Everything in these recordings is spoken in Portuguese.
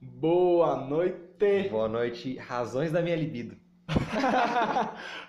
Boa noite! Boa noite, razões da minha libido.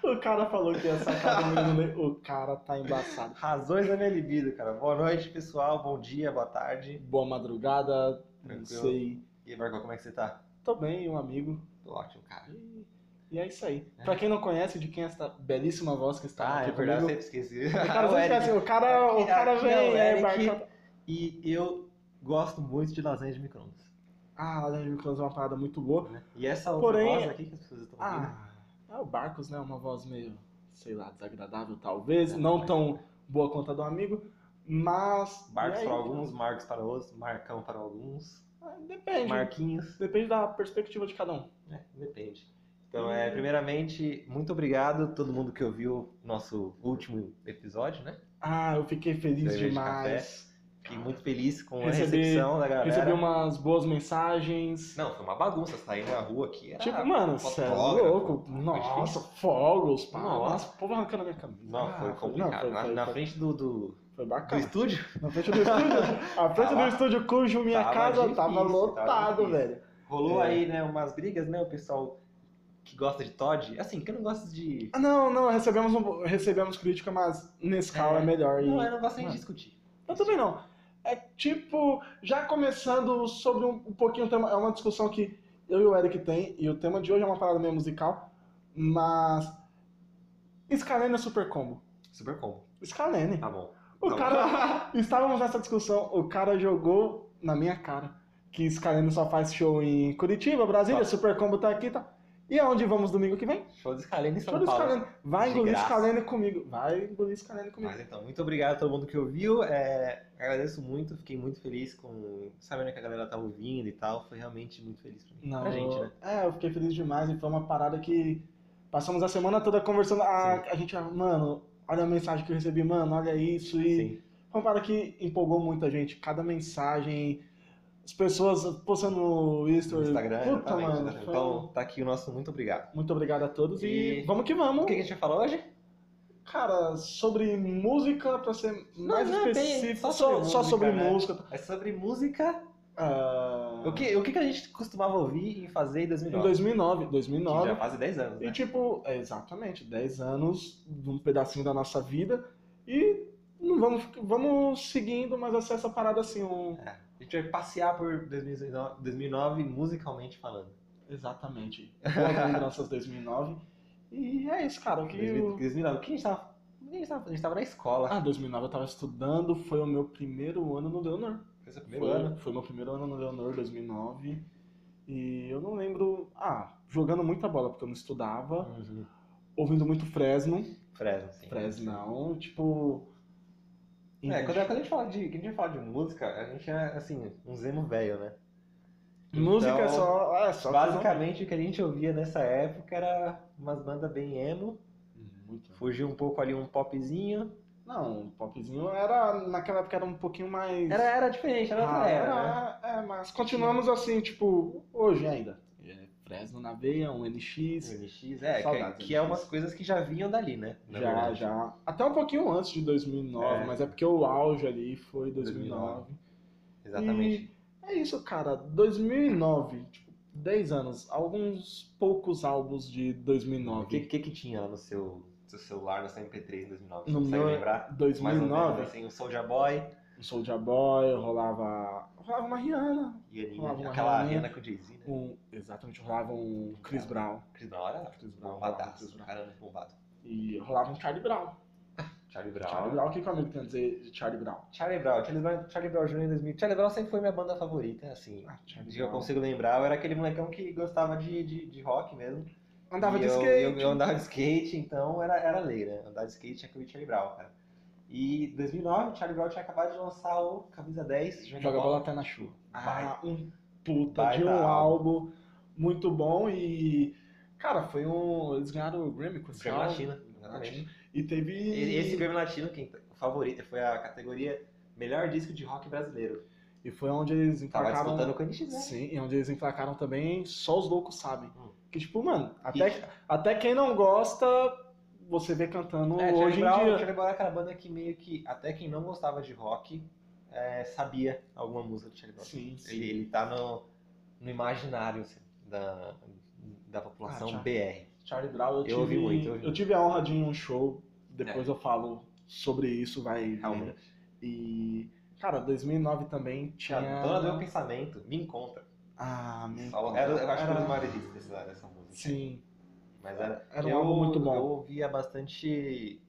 o cara falou que ia sacar do menino. O cara tá embaçado. Razões da minha libido, cara. Boa noite, pessoal. Bom dia, boa tarde. Boa madrugada, não Tranquilo. sei. E aí, Marcão, como é que você tá? Tô bem, um amigo. Tô ótimo, cara. E- E é isso aí. Pra quem não conhece, de quem é essa belíssima voz que está Ah, aqui é verdade, eu comigo. sempre esqueci. O cara, O sempre Eric. fala assim, o cara, o Aqui- cara aqui vem, é o é, Eric. marca- E eu gosto muito de lasanha de micro-ondas. Ah, lá de Microsoft é uma parada muito boa. né? E essa outra Porém- voz aqui que as pessoas estão ouvindo. Ah, é o Barcos, né? Uma voz meio, sei lá, desagradável talvez. É, não mas- tão boa conta do amigo, mas. Marcos e aí, para alguns, Marcos para outros, Marcão para alguns, ah, Depende. Marquinhos. Depende da perspectiva de cada um. né? depende. Então, é, primeiramente, muito obrigado a todo mundo que ouviu nosso último episódio, né? Ah, eu fiquei feliz Cerveja de demais. Fiquei muito feliz com Recebi- a recepção da galera. Recebi umas boas mensagens. Não, foi uma bagunça sair na rua aqui. Era... tipo, mano, você é fotógrafo, louco. foi Nossa, difícil. fogos, pá. Nossa. Nossa, o povo arrancando a minha camisa. Não, foi Ah, complicado. não, foi- na foi- na foi- Ah, frente do, do, Foi do bacana. estúdio, Na frente do estúdio. A frente do Tava- estúdio cujo minha tava casa difícil, tava tava lotado, difícil. velho. rolou É. aí, né, umas brigas, né, o pessoal que gosta de Todd. Assim, que eu não gosto de... Ah, não, não, recebemos, um- recebemos crítica, mas Nescau é, É. melhor. e- Não, eu não gosto nem de Mano. discutir. Eu também não. É tipo, já começando sobre um, um pouquinho o tema. É uma discussão que eu e o Eric tem, e o tema de hoje é uma parada meio musical, mas. Scalene é super combo. Super combo. Scalene. Tá bom. O Tá bom. cara. Estávamos nessa discussão, o cara jogou na minha cara que Scalene só faz show em Curitiba, Brasília, Tá. Super Combo tá aqui, tá? E aonde vamos domingo que vem? Show de Scalene em São Show do Paulo. Scalene. Vai De engolir graça. Scalene comigo. Vai engolir Scalene comigo. Mas então, muito obrigado a todo mundo que ouviu. É, agradeço muito, fiquei muito feliz com sabendo que a galera tá ouvindo e tal. Foi realmente muito feliz pra, mim. Não, pra gente, né? É, eu fiquei feliz demais e foi uma parada que passamos a semana toda conversando. Ah, a gente, ah, mano, olha a mensagem que eu recebi, mano, olha isso. E Sim. foi uma parada que empolgou muita gente. Cada mensagem, as pessoas postando no No Instagram. Instagram, Puta, exatamente, mano. exatamente. foi- um Então, tá aqui o nosso muito obrigado. Muito obrigado a todos e, E- vamos que O vamos. que a gente vai falar hoje? Cara, sobre música, pra ser mais não, tem- específico, só só, sobre só sobre música. tá? música, É sobre música. Ah, O que, o que que a gente costumava ouvir e fazer em Em 2009, 2009? Que 2009. Já faz 10 anos, E né? tipo, é, exatamente, 10 anos, de um pedacinho da nossa vida e não vamos, vamos seguindo, mas vai ser essa parada assim, um... A gente vai passear por 2009, 2009 musicalmente falando. Exatamente, boas lembranças 2009 e é isso, cara, o que... 2000 eu- 2009. O que a gente tava... o que A gente tava, a gente tava na escola. Ah, 2009 eu tava estudando, foi o meu primeiro ano no Leonor. Foi seu Ah, primeiro Foi, ano. foi meu primeiro ano no Leonor, 2009, e eu não lembro... Ah, jogando muita bola, porque eu não estudava, Uhum. ouvindo muito Fresno, Fresno, sim. Fresnão, tipo... É, quando, quando a gente fala de, quando a gente fala de música, a gente é, assim, um zemo velho, né? Música é Então, só. É só Basicamente, o que a gente ouvia nessa época era umas bandas bem emo, Muito. fugia um pouco ali um popzinho. Não, o popzinho era. Naquela época era um pouquinho mais. Era, era diferente, era outra Ah, era, né? era- É, mas continuamos assim, tipo, hoje ainda. É, Fresno na veia, um NX. NX, é, Saudades, que, que é NX. umas coisas que já vinham dali, né? Na já, verdade. já. Até um pouquinho antes de 2009, É. mas é porque o auge ali foi 2009. Exatamente. É isso, cara. 2009, tipo, 10 anos. Alguns poucos álbuns de O que, 2009. que que tinha lá no seu, seu celular, na sua MP3 em 2009? Você No consegue meu- lembrar? Mais ou 2009, menos, assim, o Soulja Boy o um Soulja Boy, rolava. Rolava uma Rihanna, e a Rolava uma Nina, aquela Rihanna. Rihanna com o Jay-Z, né? um, exatamente, rolava um Chris Brown. Chris Brown era Chris Brown, Chris bombadaço, Brown. caramba, bombado. E rolava um Charlie Brown. Charlie Charlie Brown. Brown, o que que o amigo tem a dizer de Charlie Brown? Charlie Brown, Charlie Brown, Charlie Brown Jr. em 2000. Charlie Brown sempre foi minha banda favorita, assim. Ah, Charlie De que eu Brown. consigo lembrar, eu era aquele molecão que gostava de, de, de rock mesmo. Andava E de eu- skate. Eu, eu andava de skate, então era, era lei, né? Andar de skate tinha que ouvir Charlie Brown, cara. E em 2009, Charlie Brown tinha acabado de lançar o Camisa 10, Joga bola até na chuva. Vai. Ah, um puta Vai de um dar álbum muito bom e. Cara, foi um. Eles ganharam o Grammy com esse Grammy álbum. Latino, exatamente. E teve. E- Esse Grammy Latino, quem o favorito, foi a categoria melhor disco de rock brasileiro. E foi onde eles Tava emplacaram. disputando com a NX0. Sim, e onde eles emplacaram também, só os loucos sabem. Hum. Que tipo, mano, até, até quem não gosta, você vê cantando É, Charlie hoje em Brown, dia. Charlie Brown é aquela banda que meio que até quem não gostava de rock é, sabia alguma música do Charlie Brown. Sim, sim. Ele, ele tá no, no imaginário assim, da, da população Ah, tchau. BR. Charlie Brown, eu, Eu tive, ouvi muito, eu ouvi muito. É. tive a honra de ir em um show, depois eu falo sobre isso, vai. Realmente. E, cara, 2009 também tinha. A dona do meu pensamento me encontra. Ah, me Só- encontra. Era, eu acho que um Era- dos maiores hits dessa, dessa música. Sim, Mas era, era um eu, álbum muito bom. Eu ouvia bastante.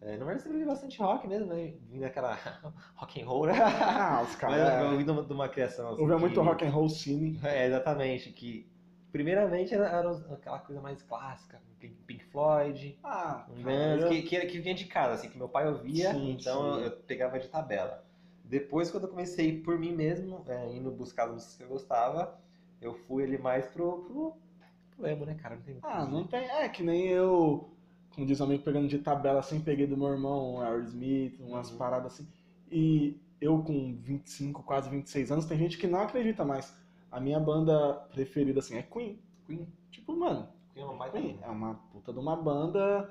É, na verdade, eu ouvia bastante rock mesmo, né? Vindo daquela rock and roll. Mas Ah, os caras. eu ouvi de uma, de uma criação assim. Houve muito que- rock and roll cine. É, exatamente. Que primeiramente era, era os- aquela coisa mais clássica, Pink Pink Floyd, Ah, um cara, Guns, que, que, era- que vinha de casa, assim, que meu pai ouvia, Sim, então sim. eu pegava de tabela. Depois, quando eu comecei por mim mesmo, é, indo buscar as músicas que eu gostava, eu fui ali mais pro, pro, pro emo, né, cara? Não tem muito o que Ah, dizer. não tem. É que nem eu, como diz o amigo, pegando de tabela assim, peguei do meu irmão, um Aerosmith, umas Uhum. paradas assim. E eu com 25, quase 26 anos, tem gente que não acredita, mas a minha banda preferida assim é Queen. Queen? Tipo, mano, Queen é uma baita Queen banda. é uma puta de uma banda,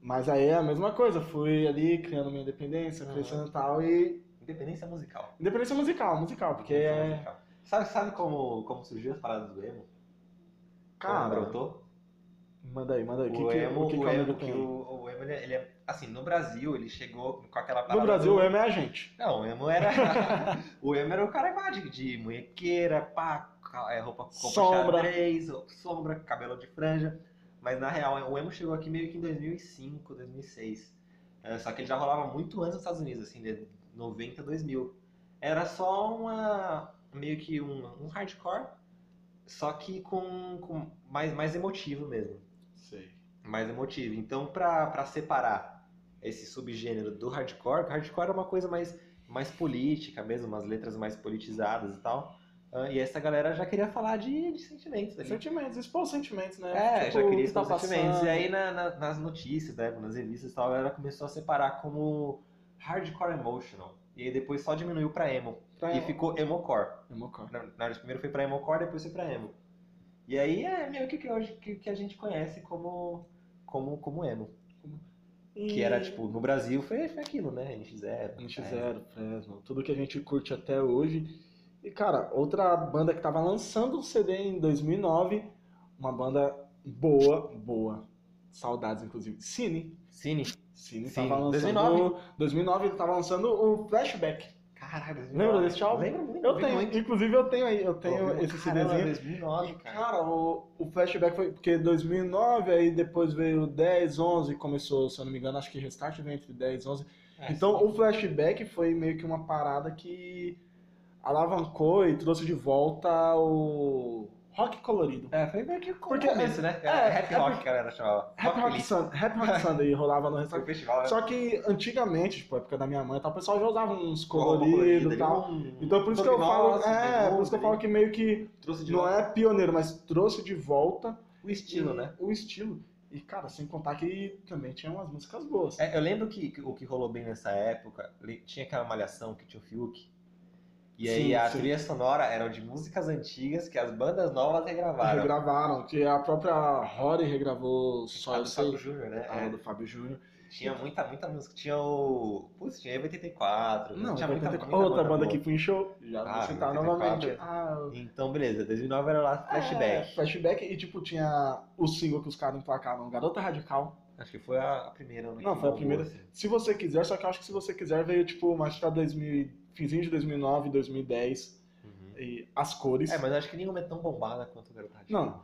mas aí é a mesma coisa. Fui ali criando minha independência, Uhum. crescendo e tal, e. Independência musical. Independência musical, musical, porque Independência é. musical. Sabe, sabe como, como surgiu as paradas do emo? como Cara, brotou? manda aí, manda aí. O que, que- emo, o que, que o o amigo emo, que tem? o, o emo, ele, ele é, assim, no Brasil, ele chegou com aquela parada No Brasil, do- o emo é a gente. Não, o emo era... o emo era o cara mais de, de munhequeira, pá, ca- é, roupa, roupa Sombra. xadrez, roupa- sombra, cabelo de franja. Mas, na real, o emo chegou aqui meio que em 2005, 2006. É, só que ele já rolava muito antes nos Estados Unidos, assim, de 90, 2000. Era só uma... meio que um, um hardcore, só que com, com mais, mais emotivo mesmo Sei. mais emotivo. Então, pra pra separar esse subgênero do hardcore, que hardcore é uma coisa mais, mais política mesmo, umas letras mais politizadas e tal. ah, e essa galera já queria falar de, de sentimentos ali. Sentimentos, expor sentimentos, né? É, Tipo, já o queria que tá expor sentimentos. passando. E aí na- na- nas notícias, né, nas revistas e tal, a galera começou a separar como hardcore emotional. E aí depois só diminuiu pra emo. Pra- E ficou emocore. É uma cor. Na na verdade, primeiro foi pra Emocore, depois foi pra Emo. E aí é meio que que hoje que, que a gente conhece como, como, como Emo. Que E era, tipo, no Brasil foi, foi aquilo, né? NX0. NX0, Fresno, tudo que a gente curte até hoje. E, cara, outra banda que tava lançando um CD em 2009, uma banda boa, boa. Saudades, inclusive. Cine. é, Cine. Cine Cine. tava lançando. 2009. 2009 ele tava lançando o Flashback. Caralho, 2009. Lembra desse álbum? Lembro muito. Eu ouvi tenho, muito. inclusive eu tenho aí, eu tenho Ouvi- esse Caramba, CDzinho. 2009, E, cara. cara, o, o flashback foi porque 2009, aí depois veio 10, 11, começou, se eu não me engano, acho que Restart veio entre 10 e 11. É, então sim. o flashback foi meio que uma parada que alavancou e trouxe de volta o rock colorido. É, foi meio que o Porque- começo, né? é, Era Happy é Rock, que a galera chamava. Happy Rock, Release. Sun, Happy Rock Sunday rolava no Foi Restart. o festival, né? Só que antigamente, tipo, época da minha mãe, e tal, o pessoal já usava uns Com roupa coloridos colorida, e tal. ali, um- Então por isso que eu Top falo, Nossa, é, Big por isso que eu Bang, falo que meio que Trouxe de não volta é pioneiro, mas trouxe de volta o estilo, E né? O estilo. E, cara, sem contar que também tinha umas músicas boas. É, eu lembro que, que o que rolou bem nessa época, li- tinha aquela malhação que tinha o Fiuk. E aí Sim, a sim. trilha sonora era de músicas antigas que as bandas novas regravaram. Regravaram, que a própria Rory regravou Só a Eu do Fábio Sei, Júnior, né? a É, do Fábio Júnior. tinha muita, muita música. Tinha o. Putz, tinha EV84. Não, tinha vai muita, ter muita outra banda boa. que foi em show, já Ah, vou citar 84. novamente. Ah, Então, beleza, 2009 era lá flashback. é, flashback e, tipo, tinha o single que os caras emplacavam, Garota Radical. Acho que foi a a primeira. né, É. Não, que foi a bombou, primeira. assim. Se você quiser, só que eu acho que se você quiser, veio, tipo, mais pra 2000, finzinho de 2009, 2010, Uhum. e as cores. É, mas acho que nenhuma é tão bombada quanto o Garota Radical. Não.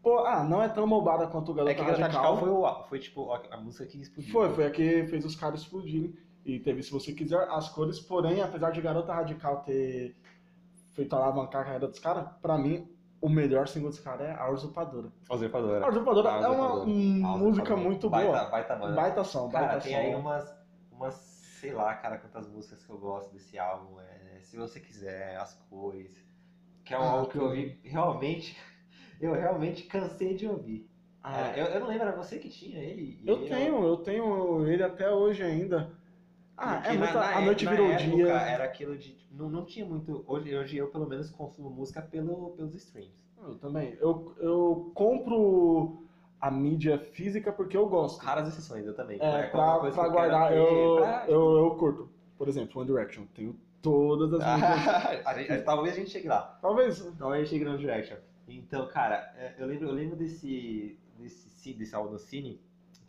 Pô, ah, não é tão bobada quanto o Garota É que Garota Radical Radical foi, o, foi tipo a a música que explodiu. Foi, foi a que fez os caras explodirem. E teve, se você quiser, as cores, porém, apesar de Garota Radical ter feito alavancar a carreira dos caras, pra mim, o melhor single dos caras é A Usurpadora. A A Usurpadora. Usurpadora A é uma Usurpadora. hum, Nossa, música tá bom. muito baita, boa. Baita banda. Baita som, cara, baita tem aí um som. umas, umas, sei lá, cara, quantas músicas que eu gosto desse álbum. né, é, se você quiser, as cores. Que é um Ah, álbum que eu cara. ouvi realmente Eu realmente cansei de ouvir. Era- Ah, eu, eu não lembro, era você que tinha ele? E eu tenho, eu tenho ele até hoje ainda. Ah, Porque é na- muita. na a é- noite na virou época dia. Era aquilo de. tipo, Não, não tinha muito. Hoje, hoje eu, pelo menos, consumo música pelo, pelos streams. Eu também. Eu, eu compro a mídia física porque eu gosto. Raras exceções, eu também. É, Quando alguma pra, né? coisa pra que eu quero guardar. ter, Eu, pra- eu, eu curto. Por exemplo, One Direction. Tenho todas as Ah. mídias. a gente, talvez a gente chegue lá. Talvez. Talvez a gente chegue no Direction. Então, cara, é, eu lembro, eu lembro desse, desse, ci- desse álbum do Cine,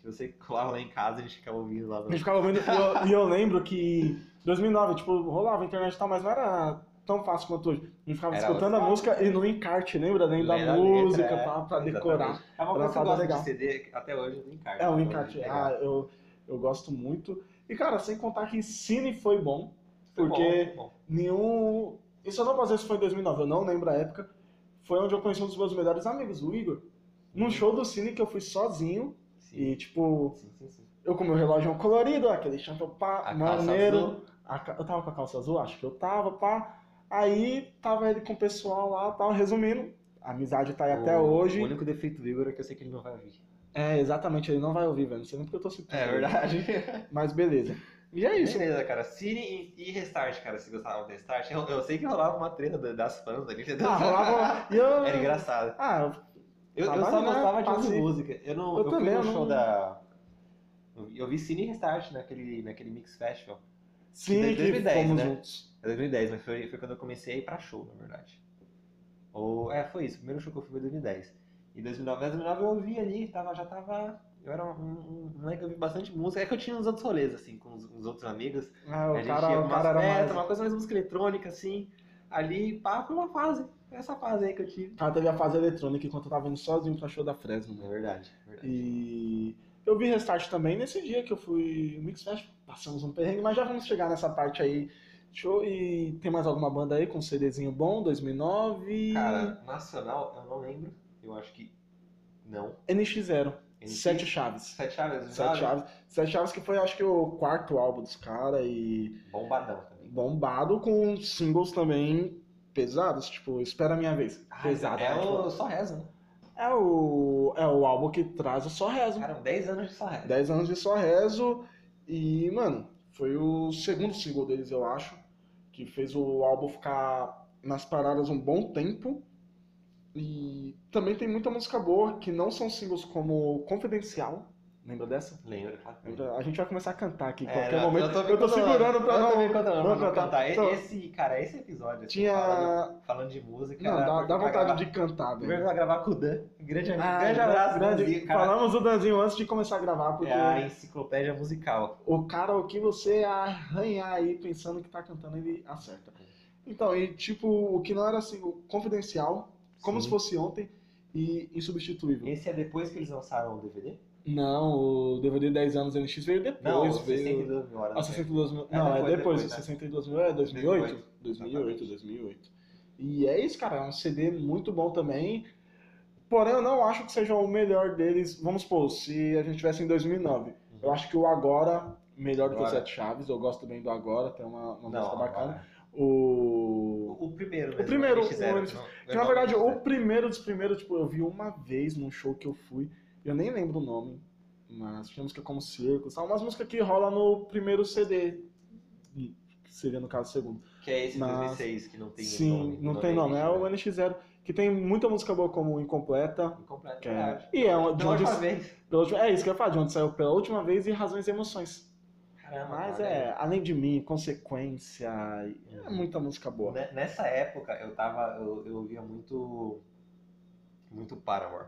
que você colava lá em casa e a gente ficava ouvindo lá A no. gente ficava vendo. E eu, e eu lembro que 2009, tipo, rolava a internet e tal, mas não era tão fácil quanto hoje. A gente ficava Era escutando a outra música e no encarte, lembra? Dentro da Lendo a música, letra, é. pra, pra decorar. Exatamente. É uma coisa que eu Era gosto legal. de CD que até hoje do encarte. É, o Até encarte. hoje é Ah, legal. eu, eu gosto muito. E, cara, sem contar que Cine foi bom. Foi bom, ah, porque- foi bom. nenhum. Isso eu não fazer isso foi em 2009, eu não lembro a época. Foi onde eu conheci um dos meus melhores amigos, o Igor. Num show do cine que eu fui sozinho. Sim, E, tipo, sim, sim. sim. eu com meu relógio colorido, aquele chapéu pá, A calça maneiro. azul. A ca- eu tava com a calça azul, acho que eu tava, pá. Aí tava ele com o pessoal lá tal. Resumindo, a amizade tá aí até O- hoje. O único defeito do Igor é que eu sei que ele não vai ouvir. É, exatamente, ele não vai ouvir, velho. Não sei nem porque eu tô citando. É verdade. Mas beleza. E é isso. Beleza, cara. Cine e, e Restart, cara, se gostavam do Restart. Eu, eu sei que rolava uma treta da- das fãs ali. né? Ah, rolava. E eu. Era engraçado. Ah, eu Eu, eu Tava só lá, gostava de passei. ouvir música. Eu não Eu eu fui também, eu no não- show da. Eu vi Cine e Restart naquele, naquele Mix Festival. sim, Desde que 2010, fomos né? juntos. É 2010, mas foi, foi quando eu comecei a ir pra show, na verdade. Ou, é, foi isso. O primeiro show que eu fui foi em 2010. E 2009, mas 2009 eu ouvi ali, tava, já tava... Eu era um, um, um moleque que ouvia bastante música. É que eu tinha uns outros rolês, assim, com os, os outros amigos. Ah, o a gente ia cara, pra o umas cara era festas, mais. uma coisa mais música eletrônica, assim. Ali, pá, foi uma fase. Essa fase aí que eu tive. O cara teve a fase eletrônica enquanto eu tava indo sozinho pra show da Fresno, É né? verdade, é verdade. E eu vi Restart também nesse dia que eu fui no Mix Fest, passamos um perrengue, mas já vamos chegar nessa parte aí. Show. E tem mais alguma banda aí com CDzinho bom, 2009? Cara, nacional, eu não lembro. Eu acho que não. NX0, NX? Sete Chaves. Sete chaves, Sete sabe? Chaves. Sete Chaves que foi, acho que, o quarto álbum dos caras e Bombadão também. bombado com singles também pesados, tipo Espera a Minha Vez. Pesado, é né? o Tipo, Só Reza, né? é o, é o álbum que traz o Só Rezo. Cara, 10 anos de Só Reza. 10 anos de só rezo e, mano, foi o segundo single deles, eu acho, que fez o álbum ficar nas paradas um bom tempo. E também tem muita música boa que não são singles como Confidencial, lembra dessa? Lembro, claro. que lembro. Lembra? A gente vai começar a cantar aqui em É, qualquer não, momento. tô me controlando, segurando pra eu não, tô me controlando, não pra não cantar. cantar. E- Então- Esse, cara, esse episódio, assim, falando, Tinha. falando de música... Não, dá, era pra- dá pra vontade gravar- de cantar, Primeiro velho. vai gravar com o Dan, grande amigo, Ah, grande abraço, grande- Danzinho, cara. Falamos do Danzinho antes de começar a gravar, porque. É a enciclopédia musical. O cara, o que você arranhar aí pensando que tá cantando, ele acerta. Então, e tipo, o que não era assim, o confidencial, como Sim. se fosse ontem, e insubstituível. Esse é depois que eles lançaram o DVD? Não, o DVD 10 anos NX veio depois. Não, os veio... 62 mil horas. Ah, né? 62 mil. É, Não, depois, é depois. depois, né? 62 mil é 2008? 2008, 2008, 2008. E é isso, cara. É um CD muito bom também. Porém, eu não acho que seja o melhor deles. Vamos supor, se a gente tivesse em 2009. Eu acho que o Agora, melhor do que o Uhum. Agora. Sete Chaves. Eu gosto bem do Agora, tem uma, uma música Não, bacana. agora- O. O o primeiro mesmo. primeiro, eles fizeram, o- eles- não- Que na não- verdade, não- o primeiro dos primeiros, tipo, eu vi uma vez num show que eu fui, eu nem lembro o nome, mas tinha música como Circo, sabe? umas músicas que rola no primeiro CD. Que seria no caso o segundo. Que é esse de Mas- 2006, que não tem Sim, nome. não tem nome, é o original. NX0, que tem muita música boa como Incompleta. Incompleto, Que verdade. é, e é, um- de Então, onde, última vez. pela última- é isso que eu ia falar, de onde saiu pela última vez e Razões e Emoções. Caramba, Mas Ah, cara, é, além de mim, consequência, é Hum, muita música boa. Ne- Né, Nessa época eu tava. Eu, eu ouvia muito. Muito Paramore.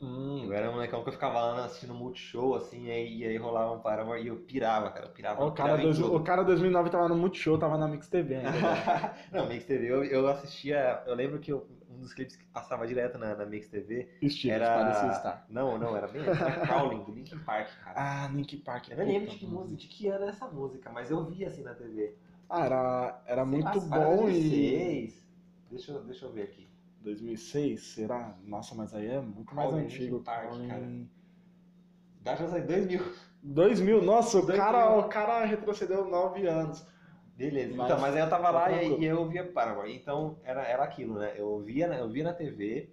Eu era um molecão que eu ficava lá assistindo Multishow, assim, e aí, e aí rolava um Paramore e eu pirava, cara. Eu pirava. Ó, eu o, cara pirava em dois, tudo. o cara 2009 tava no Multishow, tava na Mix TV ainda. né? Não, Mix TV, eu, eu assistia. Eu lembro que eu- um dos clipes que passava direto na, na Mix TV. Stevens, Era- parecia estar. Não, não, era bem. Era um Crawling, do Linkin Park, cara. Ah, Link Park. Eu nem lembro de puta, que mano. música, de que ano é essa música, mas eu via assim na TV. Ah, era, era muito As- para bom e... 2006. Deixa, eu- deixa eu ver aqui. 2006, será? Nossa, mas aí é muito mais Crawling, antigo. Linkin Park, Crawling. cara. Dá já saiu 2000. 2000, nossa, o 2000. cara, o cara retrocedeu 9 anos. Beleza, Mas- então, mas aí eu tava tá lá e, tranquilo. e eu via Paramore. Então era, era aquilo, né? Eu via, na- eu via na TV,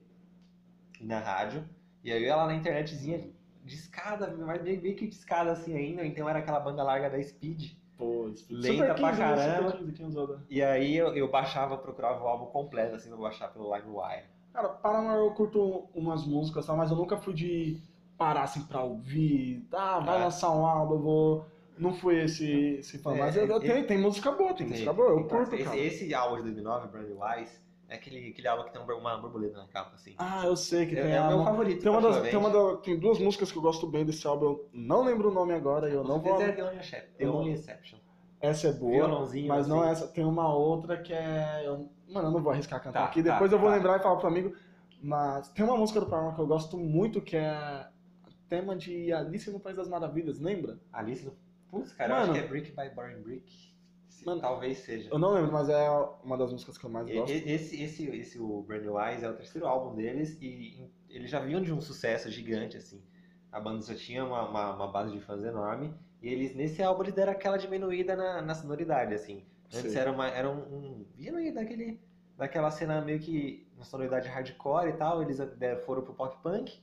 na rádio. E aí ela na internetzinha de escada, mas meio meio que de escada assim ainda, então era aquela banda larga da Speed. Pô, né? Lenta pra caramba. Super 15, 15 anos. E aí eu, eu baixava, procurava o álbum completo, assim, pra baixar pelo LimeWire. Cara, Paramore eu curto umas músicas, tá? mas eu nunca fui de parar assim pra ouvir. Ah, vai É. lançar um álbum, eu vou. Não fui esse, esse fã, É, mas eu, eu é- tenho, tem música boa, tem música boa, eu Então, curto, esse, cara. esse álbum de 2009, Brandy Wise, é aquele, aquele álbum que tem uma, uma borboleta na capa, assim. Ah, eu sei que é, tem é o álbum. meu favorito. Tem, uma das, particularmente. tem, uma da- tem duas músicas que eu gosto bem desse álbum, eu não lembro o nome agora e eu não vou. É The Only Exception. The Eu não- Only Exception. Essa é boa, Violãozinho. mas não é- assim. essa. Tem uma outra que é. eu- mano, eu não vou arriscar cantar Tá, aqui, tá, depois eu vou tá. lembrar e falar pro amigo. Mas tem uma música do Paramore que eu gosto muito que é tema de Alice no País das Maravilhas, lembra? Alice no. Putz, cara, Mano. eu acho que é Brick by Boring Brick. Se- Mano. Talvez seja. Eu não lembro, mas é uma das músicas que eu mais E- gosto. e- Esse, esse, esse, o Brand New Eyes, é o terceiro álbum deles e em- eles já vinham de um sucesso gigante, assim. A banda já tinha uma, uma, uma base de fãs enorme e eles, nesse álbum, eles deram aquela diminuída na, na sonoridade, assim. Antes Sei. era, uma, era um, um... Vinha meio daquele, daquela cena meio que na sonoridade hardcore e tal, eles der- foram pro pop punk,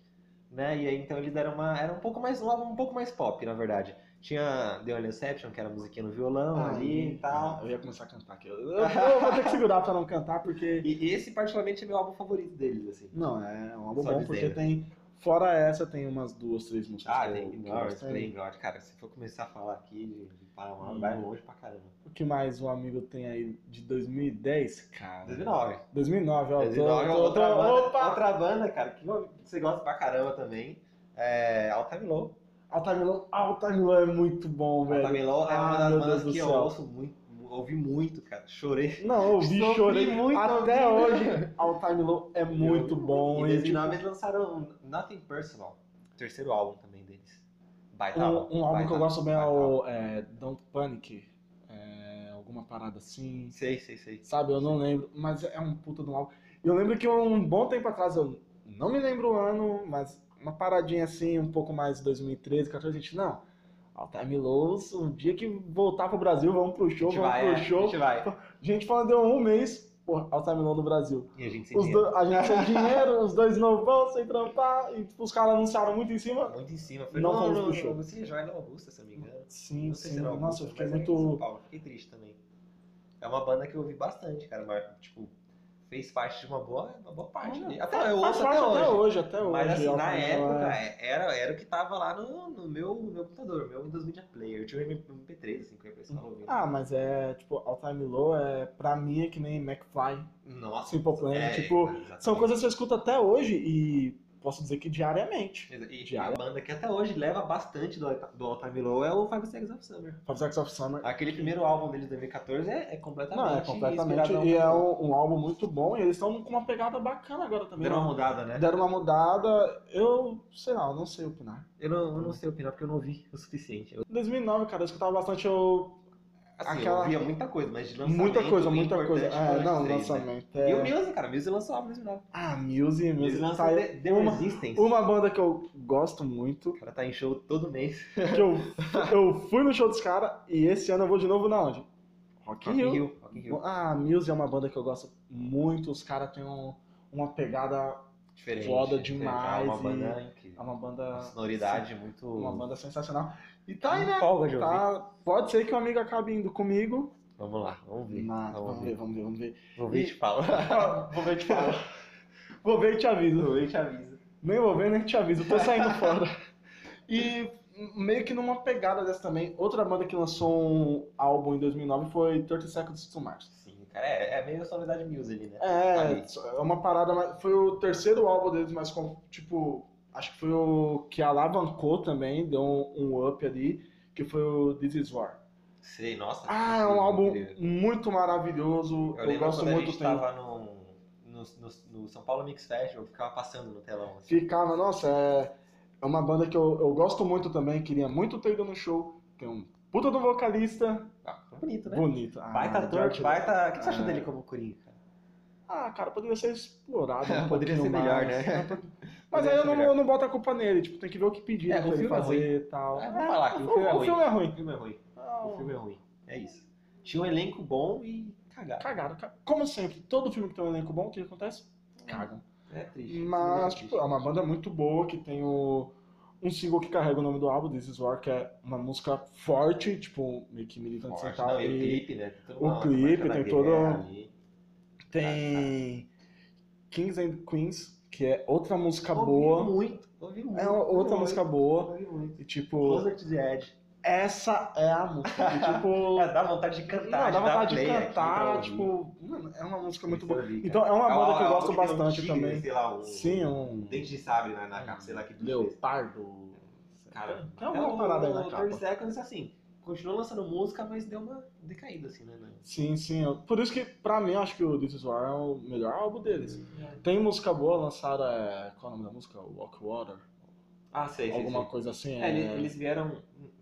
né? E aí, então, eles deram uma... Era um pouco mais... Um álbum um pouco mais pop, na verdade. Tinha The Only Exception, que era a musiquinha no violão Ah, ali e tal. É, Eu ia começar a cantar aqui. Eu, eu- eu vou ter que segurar pra não cantar, porque. E esse, particularmente, é meu álbum favorito deles, assim. Não, é um álbum Só bom, dizer, porque né? tem. Fora essa, tem umas duas, três músicas. que Ah, é eu- tem que eu gosto. Ignorance, Play Ignorance. Cara, se for começar a falar aqui de, de Paramount, Hum. vai longe pra caramba. O que mais um amigo tem aí de 2010? Cara. 2009. 2009, ó. 2009 é É. tô, tô, outra tô- banda, Opa! outra banda, cara, que você gosta pra caramba também. É All Time Low. All Time Low. All Time Low é muito bom, All velho. Time Low é Ah, uma meu das Deus bandas do que eu céu. ouço muito, ouvi muito, cara. Chorei. Não, eu ouvi, Sofri chorei. muito Até ouvindo. hoje, All Time Low é muito Eu- bom. Em E, tipo, 2009 eles lançaram Nothing Personal, terceiro álbum também deles. Baita álbum. um, um álbum baita que eu gosto bem é baita álbum. o é, Don't Panic. É, alguma parada assim. Sei, sei, sei. Sabe, eu não lembro, mas é um puta de um álbum. Eu lembro que um bom tempo atrás, eu não me lembro o ano, mas uma paradinha assim, um pouco mais de 2013, 14, a gente, não. All Time Lows, um dia que voltar pro Brasil, vamos pro A show, gente vamos vai, pro é, a show. gente vai. Gente, falando deu um mês, porra, All Time Low no Brasil. E a gente se Os dois- a gente sem dinheiro, os dois novão, sem trampar, e tipo, os caras anunciaram muito em cima. Muito em cima. Foi Não não, não, fomos não, pro show. não, você já era Augusta, se eu não me engano. Sim, Não sei se sim. era Augusta, Nossa, eu fiquei mas era em São muito. Paulo. Fiquei triste também. É uma banda que eu ouvi bastante, cara. Mas, tipo, fez parte de uma boa, uma boa parte. dele. Até eu Faz ouço parte até hoje. até hoje, até Então, hoje. Mas assim, All na Time Low é- época, era, era o que tava lá no, no meu, no meu computador, meu Windows Media Player. Eu tinha um MP3, assim, que eu ia pra escola ouvindo. Ah, mas é, tipo, All Time Low é, pra mim, é que nem McFly, Nossa. Simple Plan, é, tipo, exatamente. são coisas que eu escuto até hoje e posso dizer que diariamente. E a diária. banda que até hoje leva bastante do, do All Time Low é o Five Seconds of Summer. Five Seconds of Summer, Aquele primeiro álbum deles de 2014 é, é completamente. não, é completamente, inspiradão. e é um, um álbum muito bom e eles estão com uma pegada bacana agora também. Deram uma né? mudada, né? Deram uma mudada, eu, sei lá, eu não sei opinar. Eu não, eu não sei opinar porque eu não ouvi o suficiente. Eu, Em 2009, cara, eu escutava bastante, eu... assim, Aquela- eu ouvia muita coisa, mas de lançamento. Muita coisa, bem muita coisa. importante foram É, esses não, três, né? lançamento. E é- o Muse, cara, o Muse lançou o álbum em 2009. Ah, Muse, O Muse Muse. lançou Tá, The, The uma- Resistance. uma banda que eu gosto muito, O cara tá em show todo mês. que eu, eu fui no show dos caras e esse ano eu vou de novo na onde? Rock in Rock in Rio. Rio, Rock in Rio. Ah, a Muse é uma banda que eu gosto muito, os caras têm um- uma pegada, Diferente. Foda diferente. demais, É uma e- banda é incrível. uma banda... Uma sonoridade muito. Uma banda sensacional. E tá aí, né? Folga de ouvir. Tá, pode ser que o amigo acabe indo comigo. Vamos lá, vamos ver. Mas vamos ver, ver. vamos ver, vamos ver. Vou ver e te falo. vou ver e te falo. Vou ver e te aviso. Vou ver e te aviso. Nem vou ver, nem te aviso. Tô saindo fora. E meio que numa pegada dessa também, outra banda que lançou um álbum em 2009 foi 30 Seconds to Mars. Sim, cara, é, é meio sonoridade Muse ali, né? É, Ali. é uma parada, mais- foi o terceiro álbum deles, mas com, tipo, acho que foi o que alavancou também, deu um, um up ali, que foi o This Is War. Sei, nossa. Ah, é um incrível, álbum incrível. muito maravilhoso, Eu eu, lembro gosto quando a muito, gente tem- tava no, no, no- no São Paulo Mix Festival, ficava passando no telão. assim. ficava, nossa, é, é uma banda que eu, eu gosto muito também, queria muito ter ido no show, tem um puta do vocalista, Ah, ficou bonito, né? bonito. Baita Ah, ator, George- baita... O que você Ah. acha dele como Coringa, cara? Ah, cara, poderia ser explorado um Poderia pouquinho ser melhor, mais. né? Mas Poderia aí eu ser não, melhor. eu não boto a culpa nele, tipo, tem que ver o que pediram É, o pra ele filme é fazer e tal. É, vamos falar que o o, filme é o ruim. filme é O ruim. filme é ruim. Ah, O filme é ruim. É isso. Tinha um elenco bom e cagaram. é Cagaram, ca- como sempre, todo filme que tem um elenco bom, o que acontece? Cagam. É triste. Mas, Isso é tipo, é uma banda muito boa que tem o, um single que carrega o nome do álbum, This Is War, que é uma música forte, tipo, meio que militante forte. central. Não, e o E clipe, né? Tem toda o uma- uma clipe, marcha da tem todo- guerra ali. tem Kings and Queens, que é outra música Ouvi boa. muito, ouvi muito. É outra muito, música boa. Ouvi muito. E, tipo, Closer to the Edge. essa é a música. que, tipo, É, dá vontade de cantar, não, dá de dar vontade de play aqui pra cantar, ouvir. tipo, mano, é uma música muito Isso boa. eu vi, cara. Então, é uma É banda que eu é gosto tem um bastante tigre, também. Sei lá, um Sim, um dente de sabre né, na capa, sei lá que bicho é esse. leopardo. Cara, tem alguma É parada aí na capa. 30 Seconds, assim, continuou lançando música, mas deu uma decaída, assim, né? né? Sim, sim. eu- Por isso que, pra mim, eu acho que o This Is War é o melhor álbum deles. Tem música boa lançada, é, qual é o nome da música? Walk Water? Ah, sei, sei, Alguma sei. coisa assim. É, É, ele- eles vieram...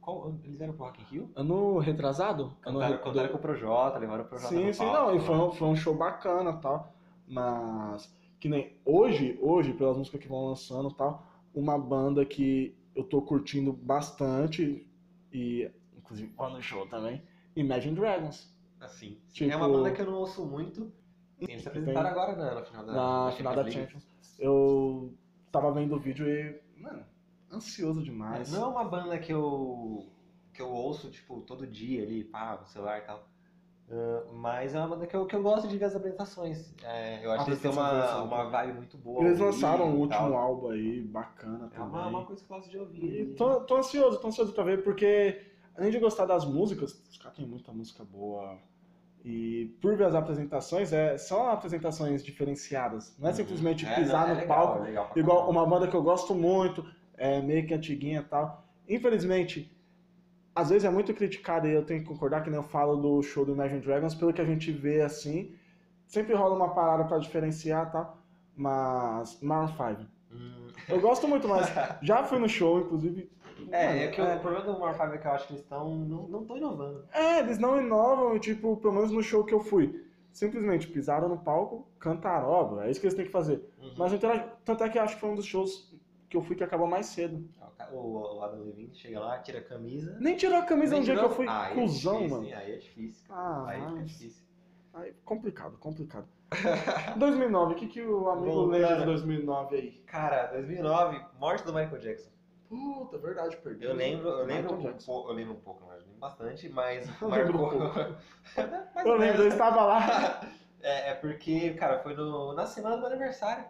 Qual, eles vieram pro Rock in Rio? Ano retrasado? Ano Cantaram, re- cantaram com o Projota, levaram o Projota Sim, no sim, palco, não. E né? foi um, foi um show bacana e tal. Mas, que nem hoje, hoje, pelas músicas que vão lançando e tal, uma banda que eu tô curtindo bastante, e inclusive lá no show também, Imagine Dragons. Assim, Tipo- é uma banda que eu não ouço muito. Sim, eles se apresentaram agora né, na final da, na final da League. Champions. Eu tava vendo o vídeo e, mano, ansioso demais. Não é uma banda que eu que eu ouço, tipo, todo dia ali, pá, no celular e tal. Ah, mas é uma banda que eu, que eu gosto de ver as apresentações. É, eu acho Ah, que eles têm apresentações uma, são uma vibe muito boa. né? Eles ali lançaram o e tal. último álbum aí, bacana É uma, uma também. coisa que eu gosto de ouvir. E ali. tô, tô ansioso, tô ansioso pra ver, porque além de gostar das músicas, os caras têm muita música boa. E por ver as apresentações, é, são apresentações diferenciadas. Não é simplesmente É, pisar não, é no legal, palco é legal pra Igual caramba. uma banda que eu gosto muito, é meio que antiguinha e tal. Infelizmente, às vezes é muito criticada e eu tenho que concordar que nem eu falo do show do Imagine Dragons, pelo que a gente vê assim, sempre rola uma parada pra diferenciar e tal. Mas Maroon 5. Hum, Eu gosto muito, mas já fui no show, inclusive. É, mano, é que o problema do Marfab é que eu acho que eles estão. Não, não tão inovando. é, eles não inovam, e, tipo, pelo menos no show que eu fui. Simplesmente pisaram no palco, cantaram, óbvio, é isso que eles têm que fazer. Uhum. Mas eu interagi- tanto é que eu acho que foi um dos shows que eu fui que acabou mais cedo. É, O, o Adam Levine chega lá, tira a camisa. Nem tirou a camisa Nem um dia que tirou- eu fui Ah, aí é cuzão, difícil, mano. hein? Aí é difícil. cara. Ah, aí fica mas- difícil. Aí, complicado, complicado. 2009, o que, que o amigo Bom, lembra cara. de 2009 aí? Cara, 2009, morte do Michael Jackson. Puta, verdade, perdi. Eu lembro, eu Michael lembro, um Jackson. pouco, eu lembro um pouco, mas lembro bastante, mas Eu lembro marcou. um Mais Eu ou lembro, eu menos. estava lá. É, é porque, cara, foi no, na semana do aniversário.